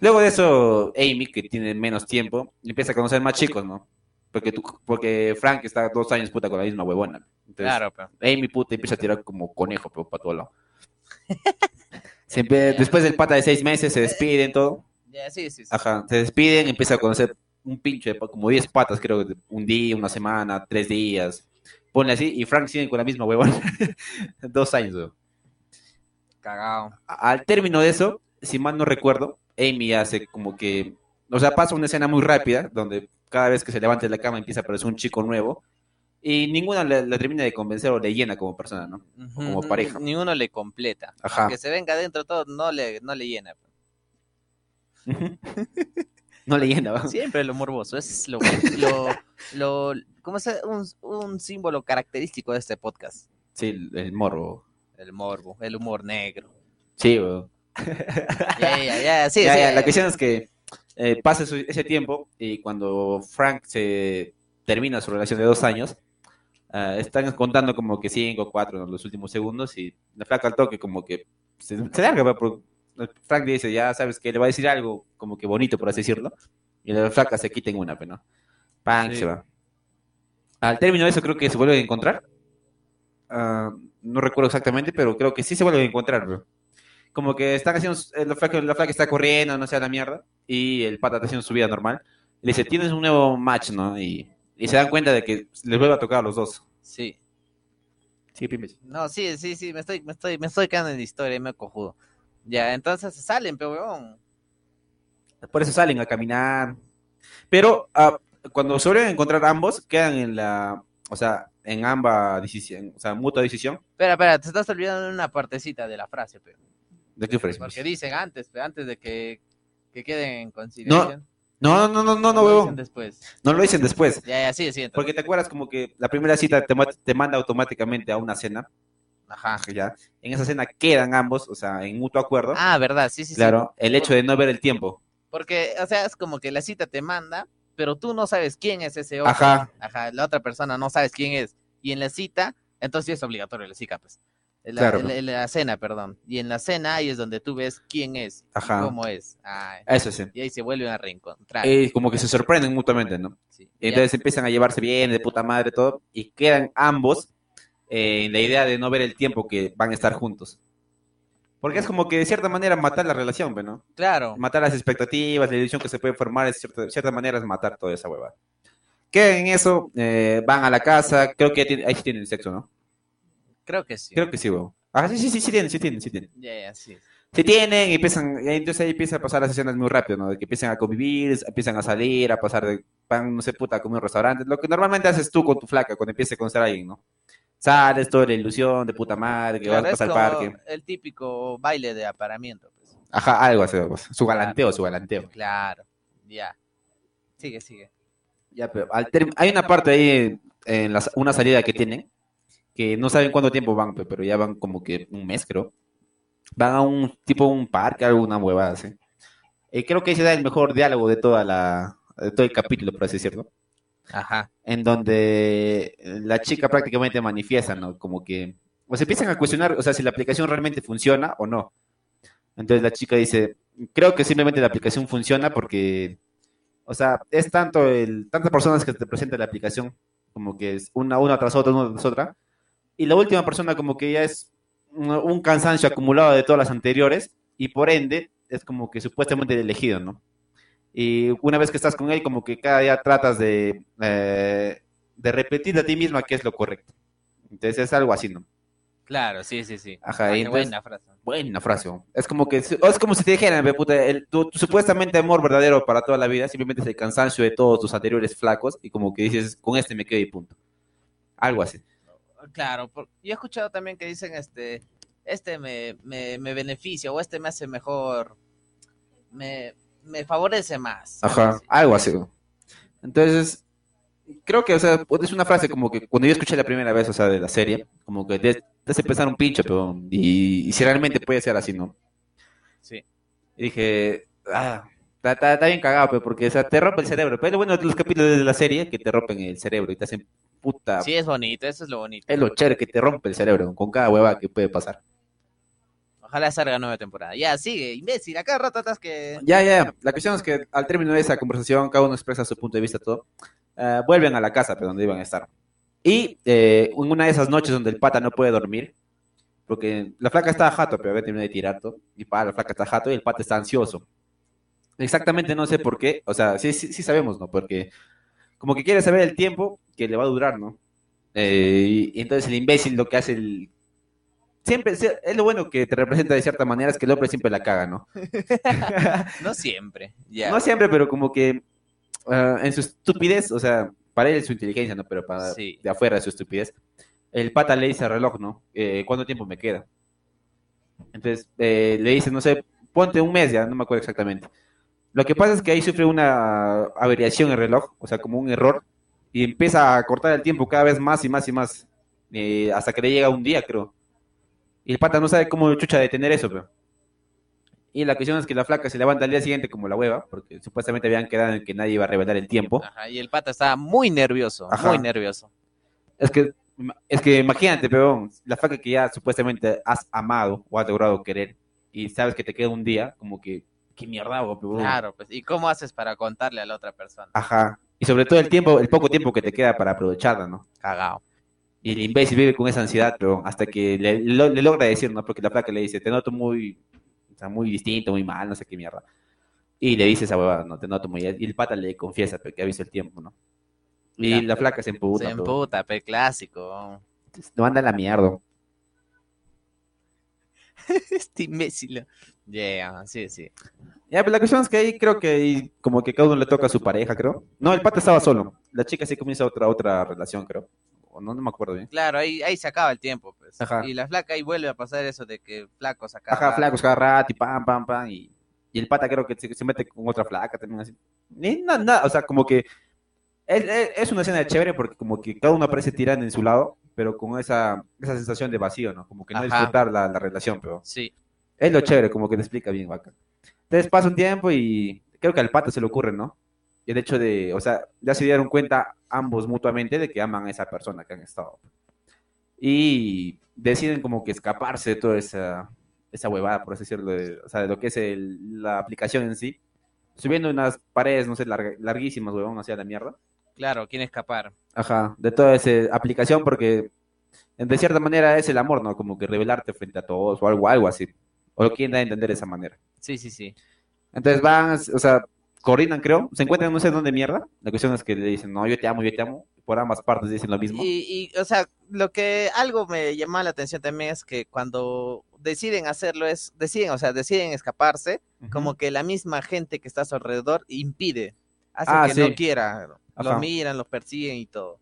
S1: Luego de eso, Amy, que tiene menos tiempo, empieza a conocer más chicos, ¿no? Porque, tú, porque Frank está dos años puta con la misma huevona. Entonces,
S2: Claro, pero.
S1: Amy puta empieza a tirar como conejo, pero para todo lado. Se empie- Después del pata de seis meses se despiden, todo.
S2: Ya, sí, sí, sí.
S1: Ajá, se despiden, empieza a conocer un pinche de pa- como 10 patas, creo, de un día, una semana, tres días. Ponle así, y Frank sigue con la misma huevona. (laughs) dos años, weón.
S2: Cagao.
S1: A- Al término de eso, si mal no recuerdo, Amy hace como que. O sea, pasa una escena muy rápida donde cada vez que se levanta de la cama empieza a aparecer un chico nuevo. Y ninguna le, le termina de convencer o le llena como persona, ¿no? como
S2: Ujú,
S1: pareja. Ah.
S2: Ninguno le completa.
S1: Ajá.
S2: Que se venga adentro todo, no le, no le llena. pues. pe.
S1: No le llena, (laughs) ¿va?
S2: Siempre lo morboso, ese es lo, lo, lo- ¿cómo se- un, un símbolo característico de este podcast.
S1: Sí, el, el morbo.
S2: El morbo, el humor negro.
S1: Sí, weón.
S2: Ya, ya, ya, sí,
S1: Ya,
S2: sí,
S1: ya,
S2: ya,
S1: la
S2: ya.
S1: cuestión es que eh, pasa su- ese tiempo y cuando Frank se termina su relación de dos años, ah, están contando como que cinco, cuatro en los últimos segundos y la flaca al toque como que se, se larga. pa- por- Frank le dice, ya sabes que le va a decir algo como que bonito, por así decirlo. Y la flaca se quita en una, pe, ¿no? Pan,
S2: Sí.
S1: se va. Al término de eso creo que se vuelven a encontrar. Ah, no recuerdo exactamente, pero creo que sí se vuelven a encontrar, bro como que están haciendo, eh, la flaca, la flaca está corriendo, no sea la mierda, y el pata está haciendo su vida normal. Le dice, tienes un nuevo match, ¿no? Y, y se dan cuenta de que les vuelve a tocar a los dos.
S2: Sí.
S1: Sí, pimes.
S2: No, sí, sí, sí, me estoy, me estoy, me estoy quedando en la historia y me cojudo. Ya, entonces se salen, pe huevón.
S1: Por eso salen a caminar. Pero ah, cuando se vuelven a encontrar ambos, quedan en la, o sea, en ambas decisión, o sea, mutua decisión.
S2: Espera, espera, te estás olvidando de una partecita de la frase, pe.
S1: ¿De qué ofrecen?
S2: Porque dicen antes, pe, antes de que, que queden en conciliación.
S1: No, No, no, no, no, no,
S2: Lo
S1: huevón.
S2: dicen después.
S1: No lo dicen después.
S2: Ya, ya, sí, sí, entonces.
S1: Porque te acuerdas como que la primera cita te, ma- te manda automáticamente a una cena.
S2: Ajá.
S1: Ya. En esa cena quedan ambos, o sea, en mutuo acuerdo.
S2: Ah, verdad, sí, sí, sí.
S1: Claro, el hecho de no ver el tiempo.
S2: Porque, o sea, es como que la cita te manda, pero tú no sabes quién es ese otro.
S1: Ajá.
S2: Ajá, la otra persona no sabes quién es. Y en la cita, entonces sí es obligatorio la cita, pues. En la,
S1: Claro.
S2: en la- en la cena, perdón. Y en la cena ahí es donde tú ves quién es, y
S1: Ajá.
S2: cómo es. Ay,
S1: Eso sí.
S2: y ahí se vuelven a reencontrar.
S1: Eh, como que se sorprenden mutuamente, ¿no?
S2: Sí.
S1: Y Entonces empiezan a llevarse bien, de puta madre, todo, y quedan ambos eh, en la idea de no ver el tiempo que van a estar juntos. Porque es como que de cierta manera matar la relación, pues, ¿no?
S2: Ya, claro.
S1: Matar las expectativas, la ilusión que se puede formar, es cierta- de cierta manera es matar toda esa hueva. Quedan en eso, eh, van a la casa, creo que tienen- ahí sí tienen sexo, ¿no?
S2: Creo que sí.
S1: Creo que sí, huevo. Ah, sí, sí, sí, sí tienen, sí tienen, sí tienen.
S2: Ya, ya, sí.
S1: se tienen y empiezan, y ahí- entonces ahí empiezan a pasar las escenas muy rápido, ¿no? De que empiezan a convivir, empiezan a salir, a pasar de pan, no sé, puta, a comer a un restaurante, lo que normalmente haces tú con tu flaca cuando empieces a conocer a alguien, ¿no? Sales, toda la ilusión de puta madre, que
S2: Claro,
S1: vas a
S2: es
S1: pasar al
S2: como
S1: parque.
S2: el típico baile de aparamiento. Pues.
S1: Ajá, algo así, algo así. Su galanteo, su galanteo.
S2: Claro, ya. Sigue, sigue.
S1: Ya, pero al term- hay una parte ahí en las- una salida que tienen, que no saben cuánto tiempo van, pe, pero ya van como que un mes, creo. Van a un tipo un parque, alguna huevada así. Eh, creo que ese da el mejor diálogo de toda la de todo el capítulo, por así decirlo,
S2: Ajá.
S1: en donde eh, la chica prácticamente manifiesta, ¿no? Como que o se empiezan a cuestionar, o sea, si la aplicación realmente funciona o no. Entonces la chica dice, creo que simplemente la aplicación funciona porque, o sea, es tanto el, tantas personas que te presenta la aplicación, como que es una, una tras otra, una tras otra. Y la última persona como que ya es un- un cansancio acumulado de todas las anteriores y por ende es como que supuestamente el elegido, ¿no? Y una vez que estás con él, como que cada día tratas de, eh, de repetir a ti misma qué es lo correcto. Entonces es algo así, ¿no?
S2: Claro, sí, sí, sí.
S1: Ajá,
S2: Ah,
S1: y
S2: qué
S1: entonces-
S2: buena frase.
S1: Buena frase. ¿no? Es como que es como si te dijeran, "Ve, puta, el- tu, tu supuestamente amor verdadero para toda la vida simplemente es el cansancio de todos tus anteriores flacos y como que dices, con este me quedo y punto. Algo así.
S2: Claro, por- yo he escuchado también que dicen este, este me, me, me beneficia o este me hace mejor, me, me favorece más.
S1: Ajá, algo así. ¿no? Entonces, creo que, o sea, pues, es una frase como que cuando yo escuché la primera vez, o sea, de la serie, como que te, te hace pensar un pinche, pero y, y si realmente puede ser así, ¿no?
S2: Sí.
S1: Y dije, ah, está, está- está bien cagado, pero porque o sea, te rompe el cerebro. Pero bueno, los capítulos de la serie que te rompen el cerebro y te hacen puta
S2: Sí, es bonito, eso es lo bonito.
S1: Es lo chévere que te rompe el cerebro con cada hueva que puede pasar.
S2: Ojalá salga nueva temporada. Ya, sigue, imbécil, acá rato estás que...
S1: Ya, ya, ya. La cuestión es que al término de esa conversación, cada uno expresa su punto de vista, todo. Eh, vuelven a la casa, pero donde iban a estar. Y eh, en una de esas noches donde el pata no puede dormir, porque la flaca está jato, pero había terminado de tirar todo. Y para la flaca está jato y el pata está ansioso. Exactamente no sé por qué. O sea, sí, sí, sí sabemos, ¿no? Porque como que quiere saber el tiempo que le va a durar, ¿no? Eh, y, y entonces el imbécil lo que hace el... Siempre, se- es lo bueno que te representa de cierta manera, es que el hombre siempre la caga, ¿no?
S2: No siempre, ya.
S1: No siempre, pero como que ah, en su estupidez, o sea, para él es su inteligencia, ¿no? Pero para
S2: Sí.
S1: de afuera es su estupidez. El pata le dice al reloj, ¿no? Eh, ¿Cuánto tiempo me queda? Entonces eh, le dice, no sé, ponte un mes ya, no me acuerdo exactamente. Lo que pasa es que ahí sufre una averiación el reloj, o sea, como un error, y empieza a cortar el tiempo cada vez más y más y más, eh, hasta que le llega un día, creo. Y el pata no sabe cómo chucha detener eso, pero. Y la cuestión es que la flaca se levanta al día siguiente como la hueva, porque supuestamente habían quedado en que nadie iba a revelar el tiempo.
S2: Ajá, y el pata estaba muy nervioso,
S1: Ajá.
S2: muy nervioso.
S1: Es que, es que imagínate, peón, la flaca que ya supuestamente has amado o has logrado querer y sabes que te queda un día, como que, qué mierda hago, peón.
S2: Claro, pues. ¿Y cómo haces para contarle a la otra persona?
S1: Ajá. Y sobre todo el tiempo, el poco tiempo que te queda para aprovecharla, ¿no?
S2: Cagao.
S1: Y el imbécil vive con esa ansiedad, peón, hasta que le, lo- le logra decir, ¿no? Porque la flaca le dice, te noto muy, o sea, muy distinto, muy mal, no sé qué mierda. Y le dice esa huevada, no, te noto muy... Y el pata le confiesa pe, que ha visto el tiempo, ¿no? Y
S2: Ya.
S1: la flaca se emputa,
S2: Se emputa,
S1: (laughs)
S2: pe clásico.
S1: No anda a la mierda.
S2: este imbécil. Yeah, sí, sí.
S1: Ya, pero la cuestión es que ahí creo que ahí como que cada uno le toca a su pareja, creo. No, el pata estaba solo. La chica sí comienza otra otra relación, creo. O no, no me acuerdo bien.
S2: Claro, ahí, ahí se acaba el tiempo, pues.
S1: Ajá.
S2: Y la flaca ahí vuelve a pasar eso de que flaco saca.
S1: Ajá, flacos cada rato y pam, pam, pam. Y, y el pata creo que se, se mete con otra flaca también así. Ni nada, nada, o sea, como que es, es- es una escena chévere porque como que cada uno aparece tirando en su lado, pero con esa, esa sensación de vacío, ¿no? Como que no
S2: Ajá.
S1: disfrutar la, la relación, pero...
S2: Sí.
S1: Es lo chévere, como que te explica bien, vaca. Entonces pasa un tiempo y creo que al pato se le ocurre, ¿no? El hecho de, o sea, ya se dieron cuenta ambos mutuamente de que aman a esa persona que han estado. Y deciden como que escaparse de toda esa, esa huevada, por así decirlo, de- o sea, de lo que es el- la aplicación en sí. Subiendo unas paredes, no sé, larga- larguísimas, huevón, hacia la mierda.
S2: Claro, quiere escapar.
S1: Ajá, de toda esa aplicación porque de cierta manera es el amor, ¿no? Como que revelarte frente a todos o algo, algo así. O lo quieren dar a entender de esa manera.
S2: Sí, sí, sí.
S1: Entonces van, o sea, coordinan, creo. Se encuentran no sé dónde mierda. La cuestión es que le dicen, no, yo te amo, yo te amo. Por ambas partes dicen lo mismo.
S2: Y, y, o sea, lo que algo me llama la atención también es que cuando deciden hacerlo es, deciden, o sea, deciden escaparse,
S1: Ujú.
S2: como que la misma gente que está a su alrededor impide, hace
S1: Ah,
S2: que
S1: sí.
S2: no quiera,
S1: Ajá.
S2: los miran, los persiguen y todo.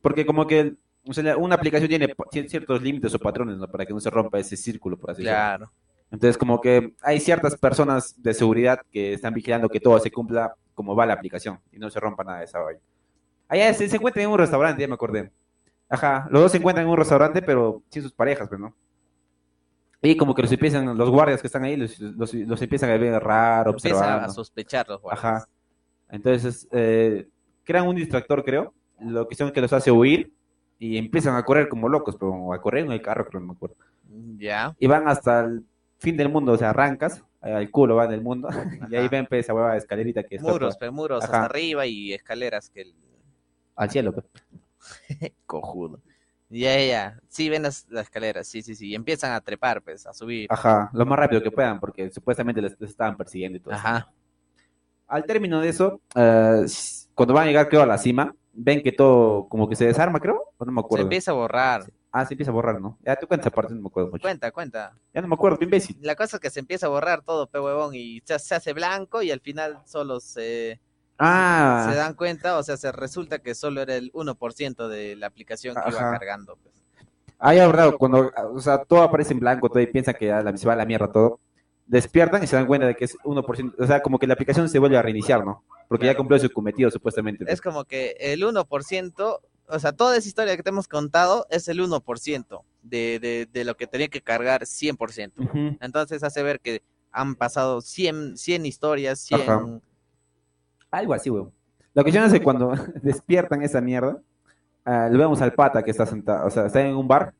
S1: Porque como que o sea, una aplicación tiene, tiene ciertos límites o patrones, ¿no? Para que no se rompa ese círculo, por así decirlo.
S2: Claro.
S1: Entonces, como que hay ciertas personas de seguridad que están vigilando que todo se cumpla como va la aplicación y no se rompa nada de esa vaina. Allá se, se encuentran en un restaurante, ya me acordé. Ajá, los dos se encuentran en un restaurante, pero sin sus parejas, pues, ¿no? Y como que los empiezan, los guardias que están ahí, los, los- los empiezan a ver raro,
S2: Empiezan a
S1: observando.
S2: sospechar los guardias.
S1: Ajá. Entonces, eh, crean un distractor, creo. Lo que son que los hace huir y empiezan a correr como locos, pero a correr en el carro, creo, no me acuerdo
S2: Ya.
S1: y van hasta el fin del mundo, o sea, arrancas, eh, al culo van del mundo, (laughs) y ahí ven pues, esa hueva de escalerita que está
S2: Muros,
S1: toda-
S2: pero muros
S1: Ajá.
S2: hasta arriba y escaleras que el
S1: al cielo. pues.
S2: cojudo. Ya, ya, ya. Sí, ven las, las escaleras, sí, sí, sí. Y empiezan a trepar, pues, a subir.
S1: Ajá, lo más rápido que puedan, porque supuestamente les, les estaban persiguiendo y todo. eso.
S2: Ajá.
S1: Al término de eso, eh, cuando van a llegar, creo, a la cima, ven que todo como que se desarma, creo, o no me
S2: Se
S1: acuerdo.
S2: empieza a borrar.
S1: Ah, se empieza a borrar, ¿no? Ya tú cuentas esa parte, no me acuerdo mucho.
S2: Cuenta, cuenta.
S1: Ya no me acuerdo, imbécil.
S2: La cosa es que se empieza a borrar todo, pe huevón, y se, se hace blanco y al final solo se,
S1: Ah,
S2: se dan cuenta, o sea, se resulta que solo era el 1% de la aplicación que iba
S1: Ajá.
S2: cargando. pues.
S1: Ah, ya, verdad, cuando, o sea, todo aparece en blanco, todo y piensan que ya la, se va a la mierda todo. Despiertan y se dan cuenta de que es 1%, o sea, como que la aplicación se vuelve a reiniciar, ¿no? Porque ya cumplió su cometido, supuestamente.
S2: Es como que el 1%, o sea, toda esa historia que te hemos contado es el 1% de, de, de lo que tenía que cargar 100%.
S1: Ujú.
S2: Entonces hace ver que han pasado 100, 100 historias, 100...
S1: Ajá. Algo así, weón. Lo que yo no sé, cuando (laughs) despiertan esa mierda, ah, lo vemos al pata que está sentado, o sea, está en un bar.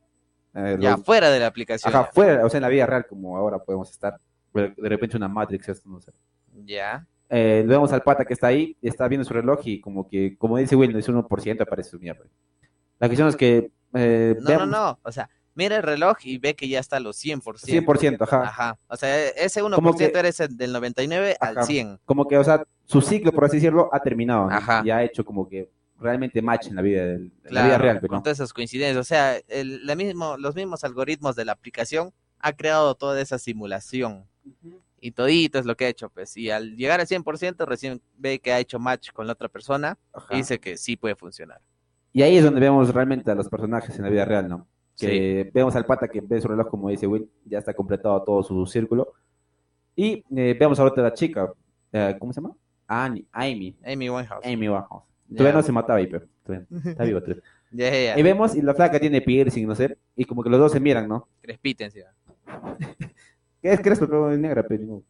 S1: eh,
S2: Ya
S1: lo-
S2: fuera de la aplicación.
S1: ajá, fuera, o sea, en la vida real, como ahora podemos estar. Pero De repente una Matrix, esto, no sé.
S2: Ya.
S1: Eh, lo vemos al pata que está ahí, está viendo su reloj y como que, como dice Will, no es 1%, aparece su mierda. La cuestión es que... eh,
S2: No, no,
S1: veamos-
S2: no. O sea, mira el reloj y ve que ya está a los 100%.
S1: 100%, ajá.
S2: Ajá. O sea, e, ese 1%
S1: Como que-
S2: era ese del 99
S1: Ajá.
S2: al 100.
S1: Como que, o sea, su ciclo, por así decirlo, ha terminado. ¿no?
S2: Ajá.
S1: Y ha hecho como que realmente match en la vida, del- en
S2: Claro,
S1: la vida real. pues, ¿no?
S2: con todas esas coincidencias. O sea, el, la mismo, los mismos algoritmos de la aplicación ha creado toda esa simulación. Y todito es lo que ha hecho, pues. Y al llegar al 100%, recién ve que ha hecho match con la otra persona y
S1: Y, se-
S2: dice que sí puede funcionar.
S1: y ahí es donde vemos realmente a los personajes en la vida real, ¿no? Que vemos al pata que ve su reloj, como dice Will, ya está completado todo su círculo. Y eh, vemos a la otra chica, eh, ¿cómo se llama? Annie, Amy,
S2: Amy Winehouse.
S1: Amy Winehouse.
S2: Ya.
S1: Todavía no se mataba ahí, pero todavía está vivo. todavía.
S2: Ya, (laughs) ya, ya.
S1: Y vemos, y la flaca tiene piercing, no sé, y como que los dos se miran, ¿no?
S2: Crespita encima.
S1: ¿Qué es Crespo? Pero es negra, pero no.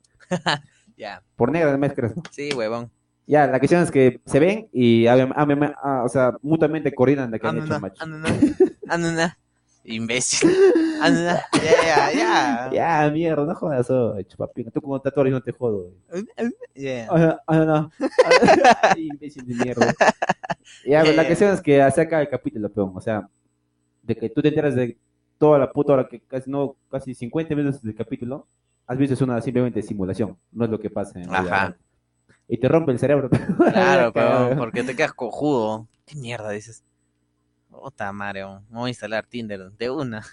S2: Ya.
S1: por negra no es Crespo.
S2: Sí, huevón.
S1: Ya, la cuestión es que se ven y am- am- am- ah, o sea, mutuamente coordinan de que han hecho
S2: Anuna,
S1: match.
S2: anuna, (laughs) anuna. Imbécil. Anuna. Ya, ya, ya.
S1: Ya, mierda, no jodas, oh, chupapinga. Tú como tatuaje no te jodo. eh. güey.
S2: (laughs) Ya.
S1: Ah, no, ah, no. (laughs) Ah, Imbécil de mierda. Ya, pero la
S2: Eh.
S1: cuestión es que hace acá el capítulo, peón. O sea, de que tú te enteras de toda la puta hora que casi, no, casi 50 minutos del capítulo, has visto es una simplemente simulación. No es lo que pasa en la vida
S2: Ajá.
S1: real. Y te rompe el cerebro. peón. (laughs)
S2: Claro,
S1: Cagado.
S2: pero porque te quedas cojudo. ¿Qué mierda dices? Puta madre, weón. voy a instalar Tinder de una.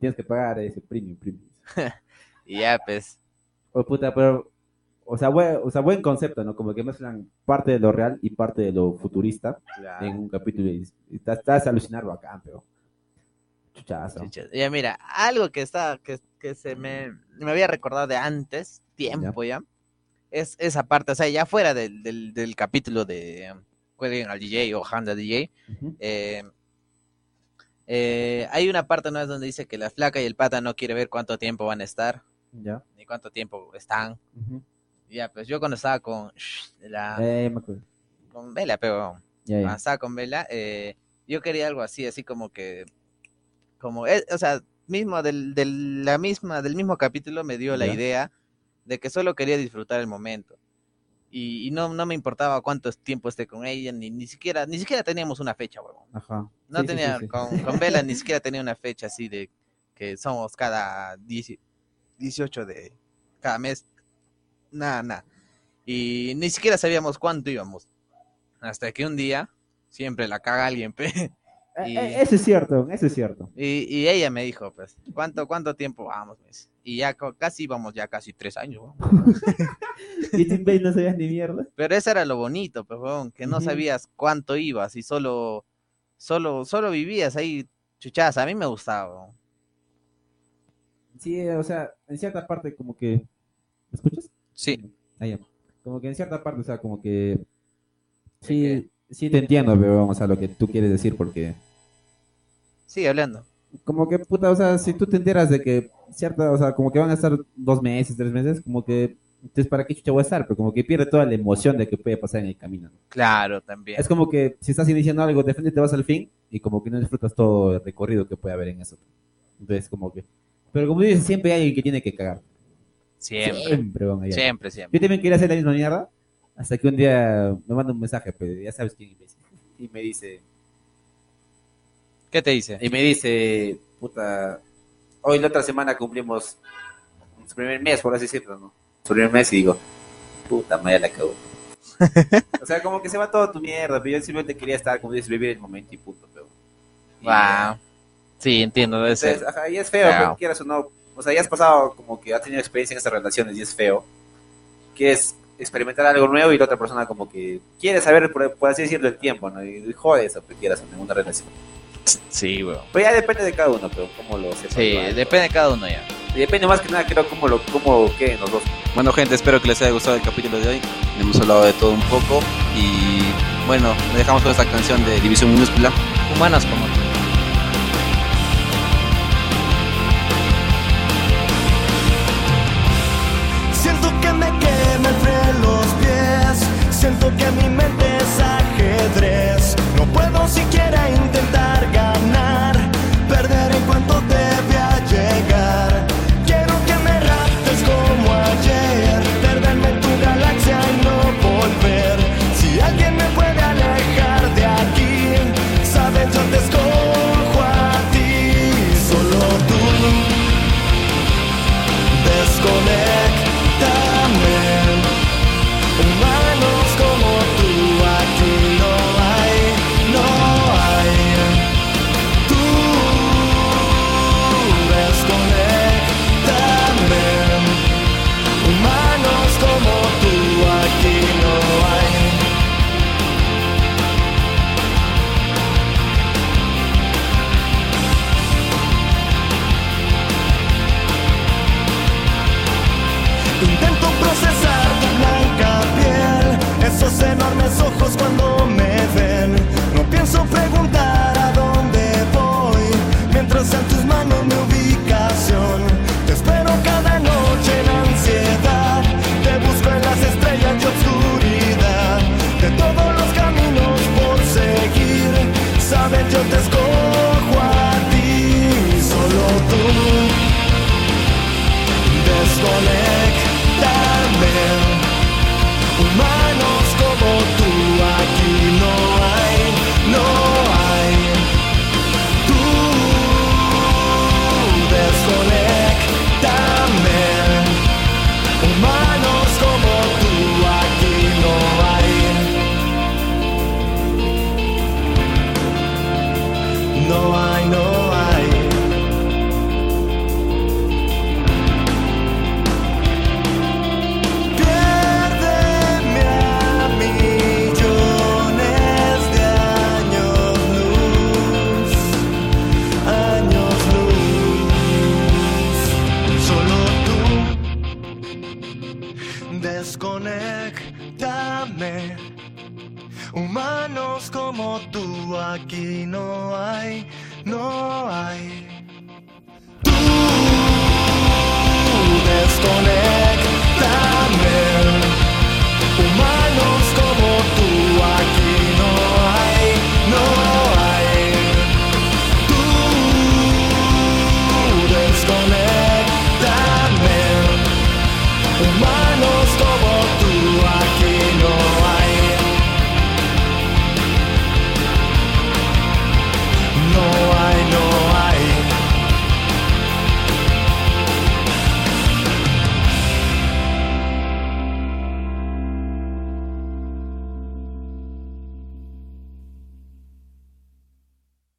S1: Tienes que pagar ese premium, premium.
S2: Y ya, pues.
S1: Oh, puta, pero. O sea, buen, o sea, buen concepto, ¿no? Como que mezclan parte de lo real y parte de lo futurista en un capítulo. Y y estás, estás alucinando acá, pero. Chuchazo.
S2: Chucha. Ya, mira, algo que está, que, que se me, me había recordado de antes, tiempo ya, es esa parte, o sea, ya fuera del, del, del capítulo de eh, Cuelguen al DJ o Handa DJ,
S1: Ujú.
S2: eh, eh, hay una parte no es donde dice que la flaca y el pata no quiere ver cuánto tiempo van a estar,
S1: Ya.
S2: ni cuánto tiempo están.
S1: Ujú.
S2: Ya, pues yo cuando estaba con sh- la
S1: Eh, me acuerdo.
S2: con Vela, pero
S1: Ya, ya.
S2: cuando estaba con Vela, eh, yo quería algo así, así como que como es, o sea, mismo del, del la misma del mismo capítulo me dio la
S1: Ya.
S2: idea de que solo quería disfrutar el momento. Y, y no, no me importaba cuánto tiempo esté con ella, ni, ni siquiera, ni siquiera teníamos una fecha, huevón.
S1: Ajá. Sí,
S2: No
S1: sí,
S2: tenía,
S1: sí, sí.
S2: con, con Vela ni siquiera tenía una fecha así de que somos cada 10 18 de cada mes. Nada, nada. Y ni siquiera sabíamos cuánto íbamos. Hasta que un día, siempre la caga alguien, (laughs) pe.
S1: Eh,
S2: Y-
S1: eh, eso es cierto, eso es (laughs) cierto.
S2: Y, y ella me dijo, pues, ¿cuánto, cuánto tiempo vamos? me dice. Y ya co- casi íbamos, ya casi tres años. weón.
S1: Y Tim Bale no sabías ni mierda.
S2: Pero eso era lo bonito, pues, weón, que no
S1: Ujú.
S2: sabías cuánto ibas y solo, solo, solo vivías ahí chuchadas. A mí me gustaba, weón.
S1: Sí, o sea, en cierta parte, como que. ¿Me escuchas?
S2: Sí.
S1: Ah, ya. Como que en cierta parte, o sea, como que. Sí, sí te entiendo, pero vamos a lo que tú quieres decir, porque.
S2: Sigue hablando.
S1: como que puta, o sea, si tú te enteras de que cierta, o sea, como que van a estar dos meses, tres meses, como que entonces para qué chucha voy a estar, pero como que pierde toda la emoción de que puede pasar en el camino. ¿no?
S2: Claro, también.
S1: Es como que si estás iniciando algo, de frente te vas al fin y como que no disfrutas todo el recorrido que puede haber en eso. Entonces como que pero como dices, siempre hay alguien que tiene que cagar.
S2: Siempre,
S1: van a ir.
S2: siempre, siempre.
S1: Yo también quería hacer la misma mierda hasta que un día me manda un mensaje, pero ya sabes quién es. Y me dice,
S2: ¿Qué te dice?
S1: Y me dice, puta, hoy la otra semana cumplimos nuestro primer mes, por así decirlo, ¿no? Su primer mes y digo, puta madre la cago. o sea, como que se va toda tu mierda, pero yo simplemente quería estar, como dices, vivir el momento y punto, pero. Y,
S2: Wow. Sí, entiendo, debe
S1: entonces,
S2: ser.
S1: ajá, y es feo,
S2: Wow.
S1: pero quieras o no. O sea, ya has pasado como que has tenido experiencia en estas relaciones y es feo. Quieres experimentar algo nuevo y la otra persona como que quiere saber, por, por así decirlo, el tiempo, ¿no? Y jode eso, que quieras o no, en una relación.
S2: Sí, weón.
S1: Pero ya depende de cada uno, pero cómo lo sepa.
S2: Sí, depende de cada uno ya.
S1: Y depende más que nada, creo, cómo lo cómo queden los dos.
S4: Bueno gente, espero que les haya gustado el capítulo de hoy. Hemos hablado de todo un poco y bueno, nos dejamos con esta canción de División Minúscula.
S2: Humanos como tú.
S5: Siento que me quema entre los pies. Siento que mi mente es ajedrez. No puedo siquiera intentar ganar. Perder en cuanto te vea llegar. Quiero que me raptes como ayer. Perderme en tu galaxia y no volver. Si alguien me puede alejar de aquí, sabes, yo te escojo a ti. Solo tú. Desconéctame, humanos como tú mis ojos cuando me ven. No pienso preguntar a dónde voy, mientras en tus manos mi ubicación. Te espero cada noche en ansiedad, te busco en las estrellas y obscuridad. De todos los caminos por seguir, sabes yo te escojo a ti, solo tú. Desconectarme Humanos como tú aquí no hay, no hay Tú desconectame Humanos como tú aquí no hay No hay, no hay Piérdeme a millones de años luz, años luz, solo tú desconectame. Humanos como tú aquí no hay, no hay.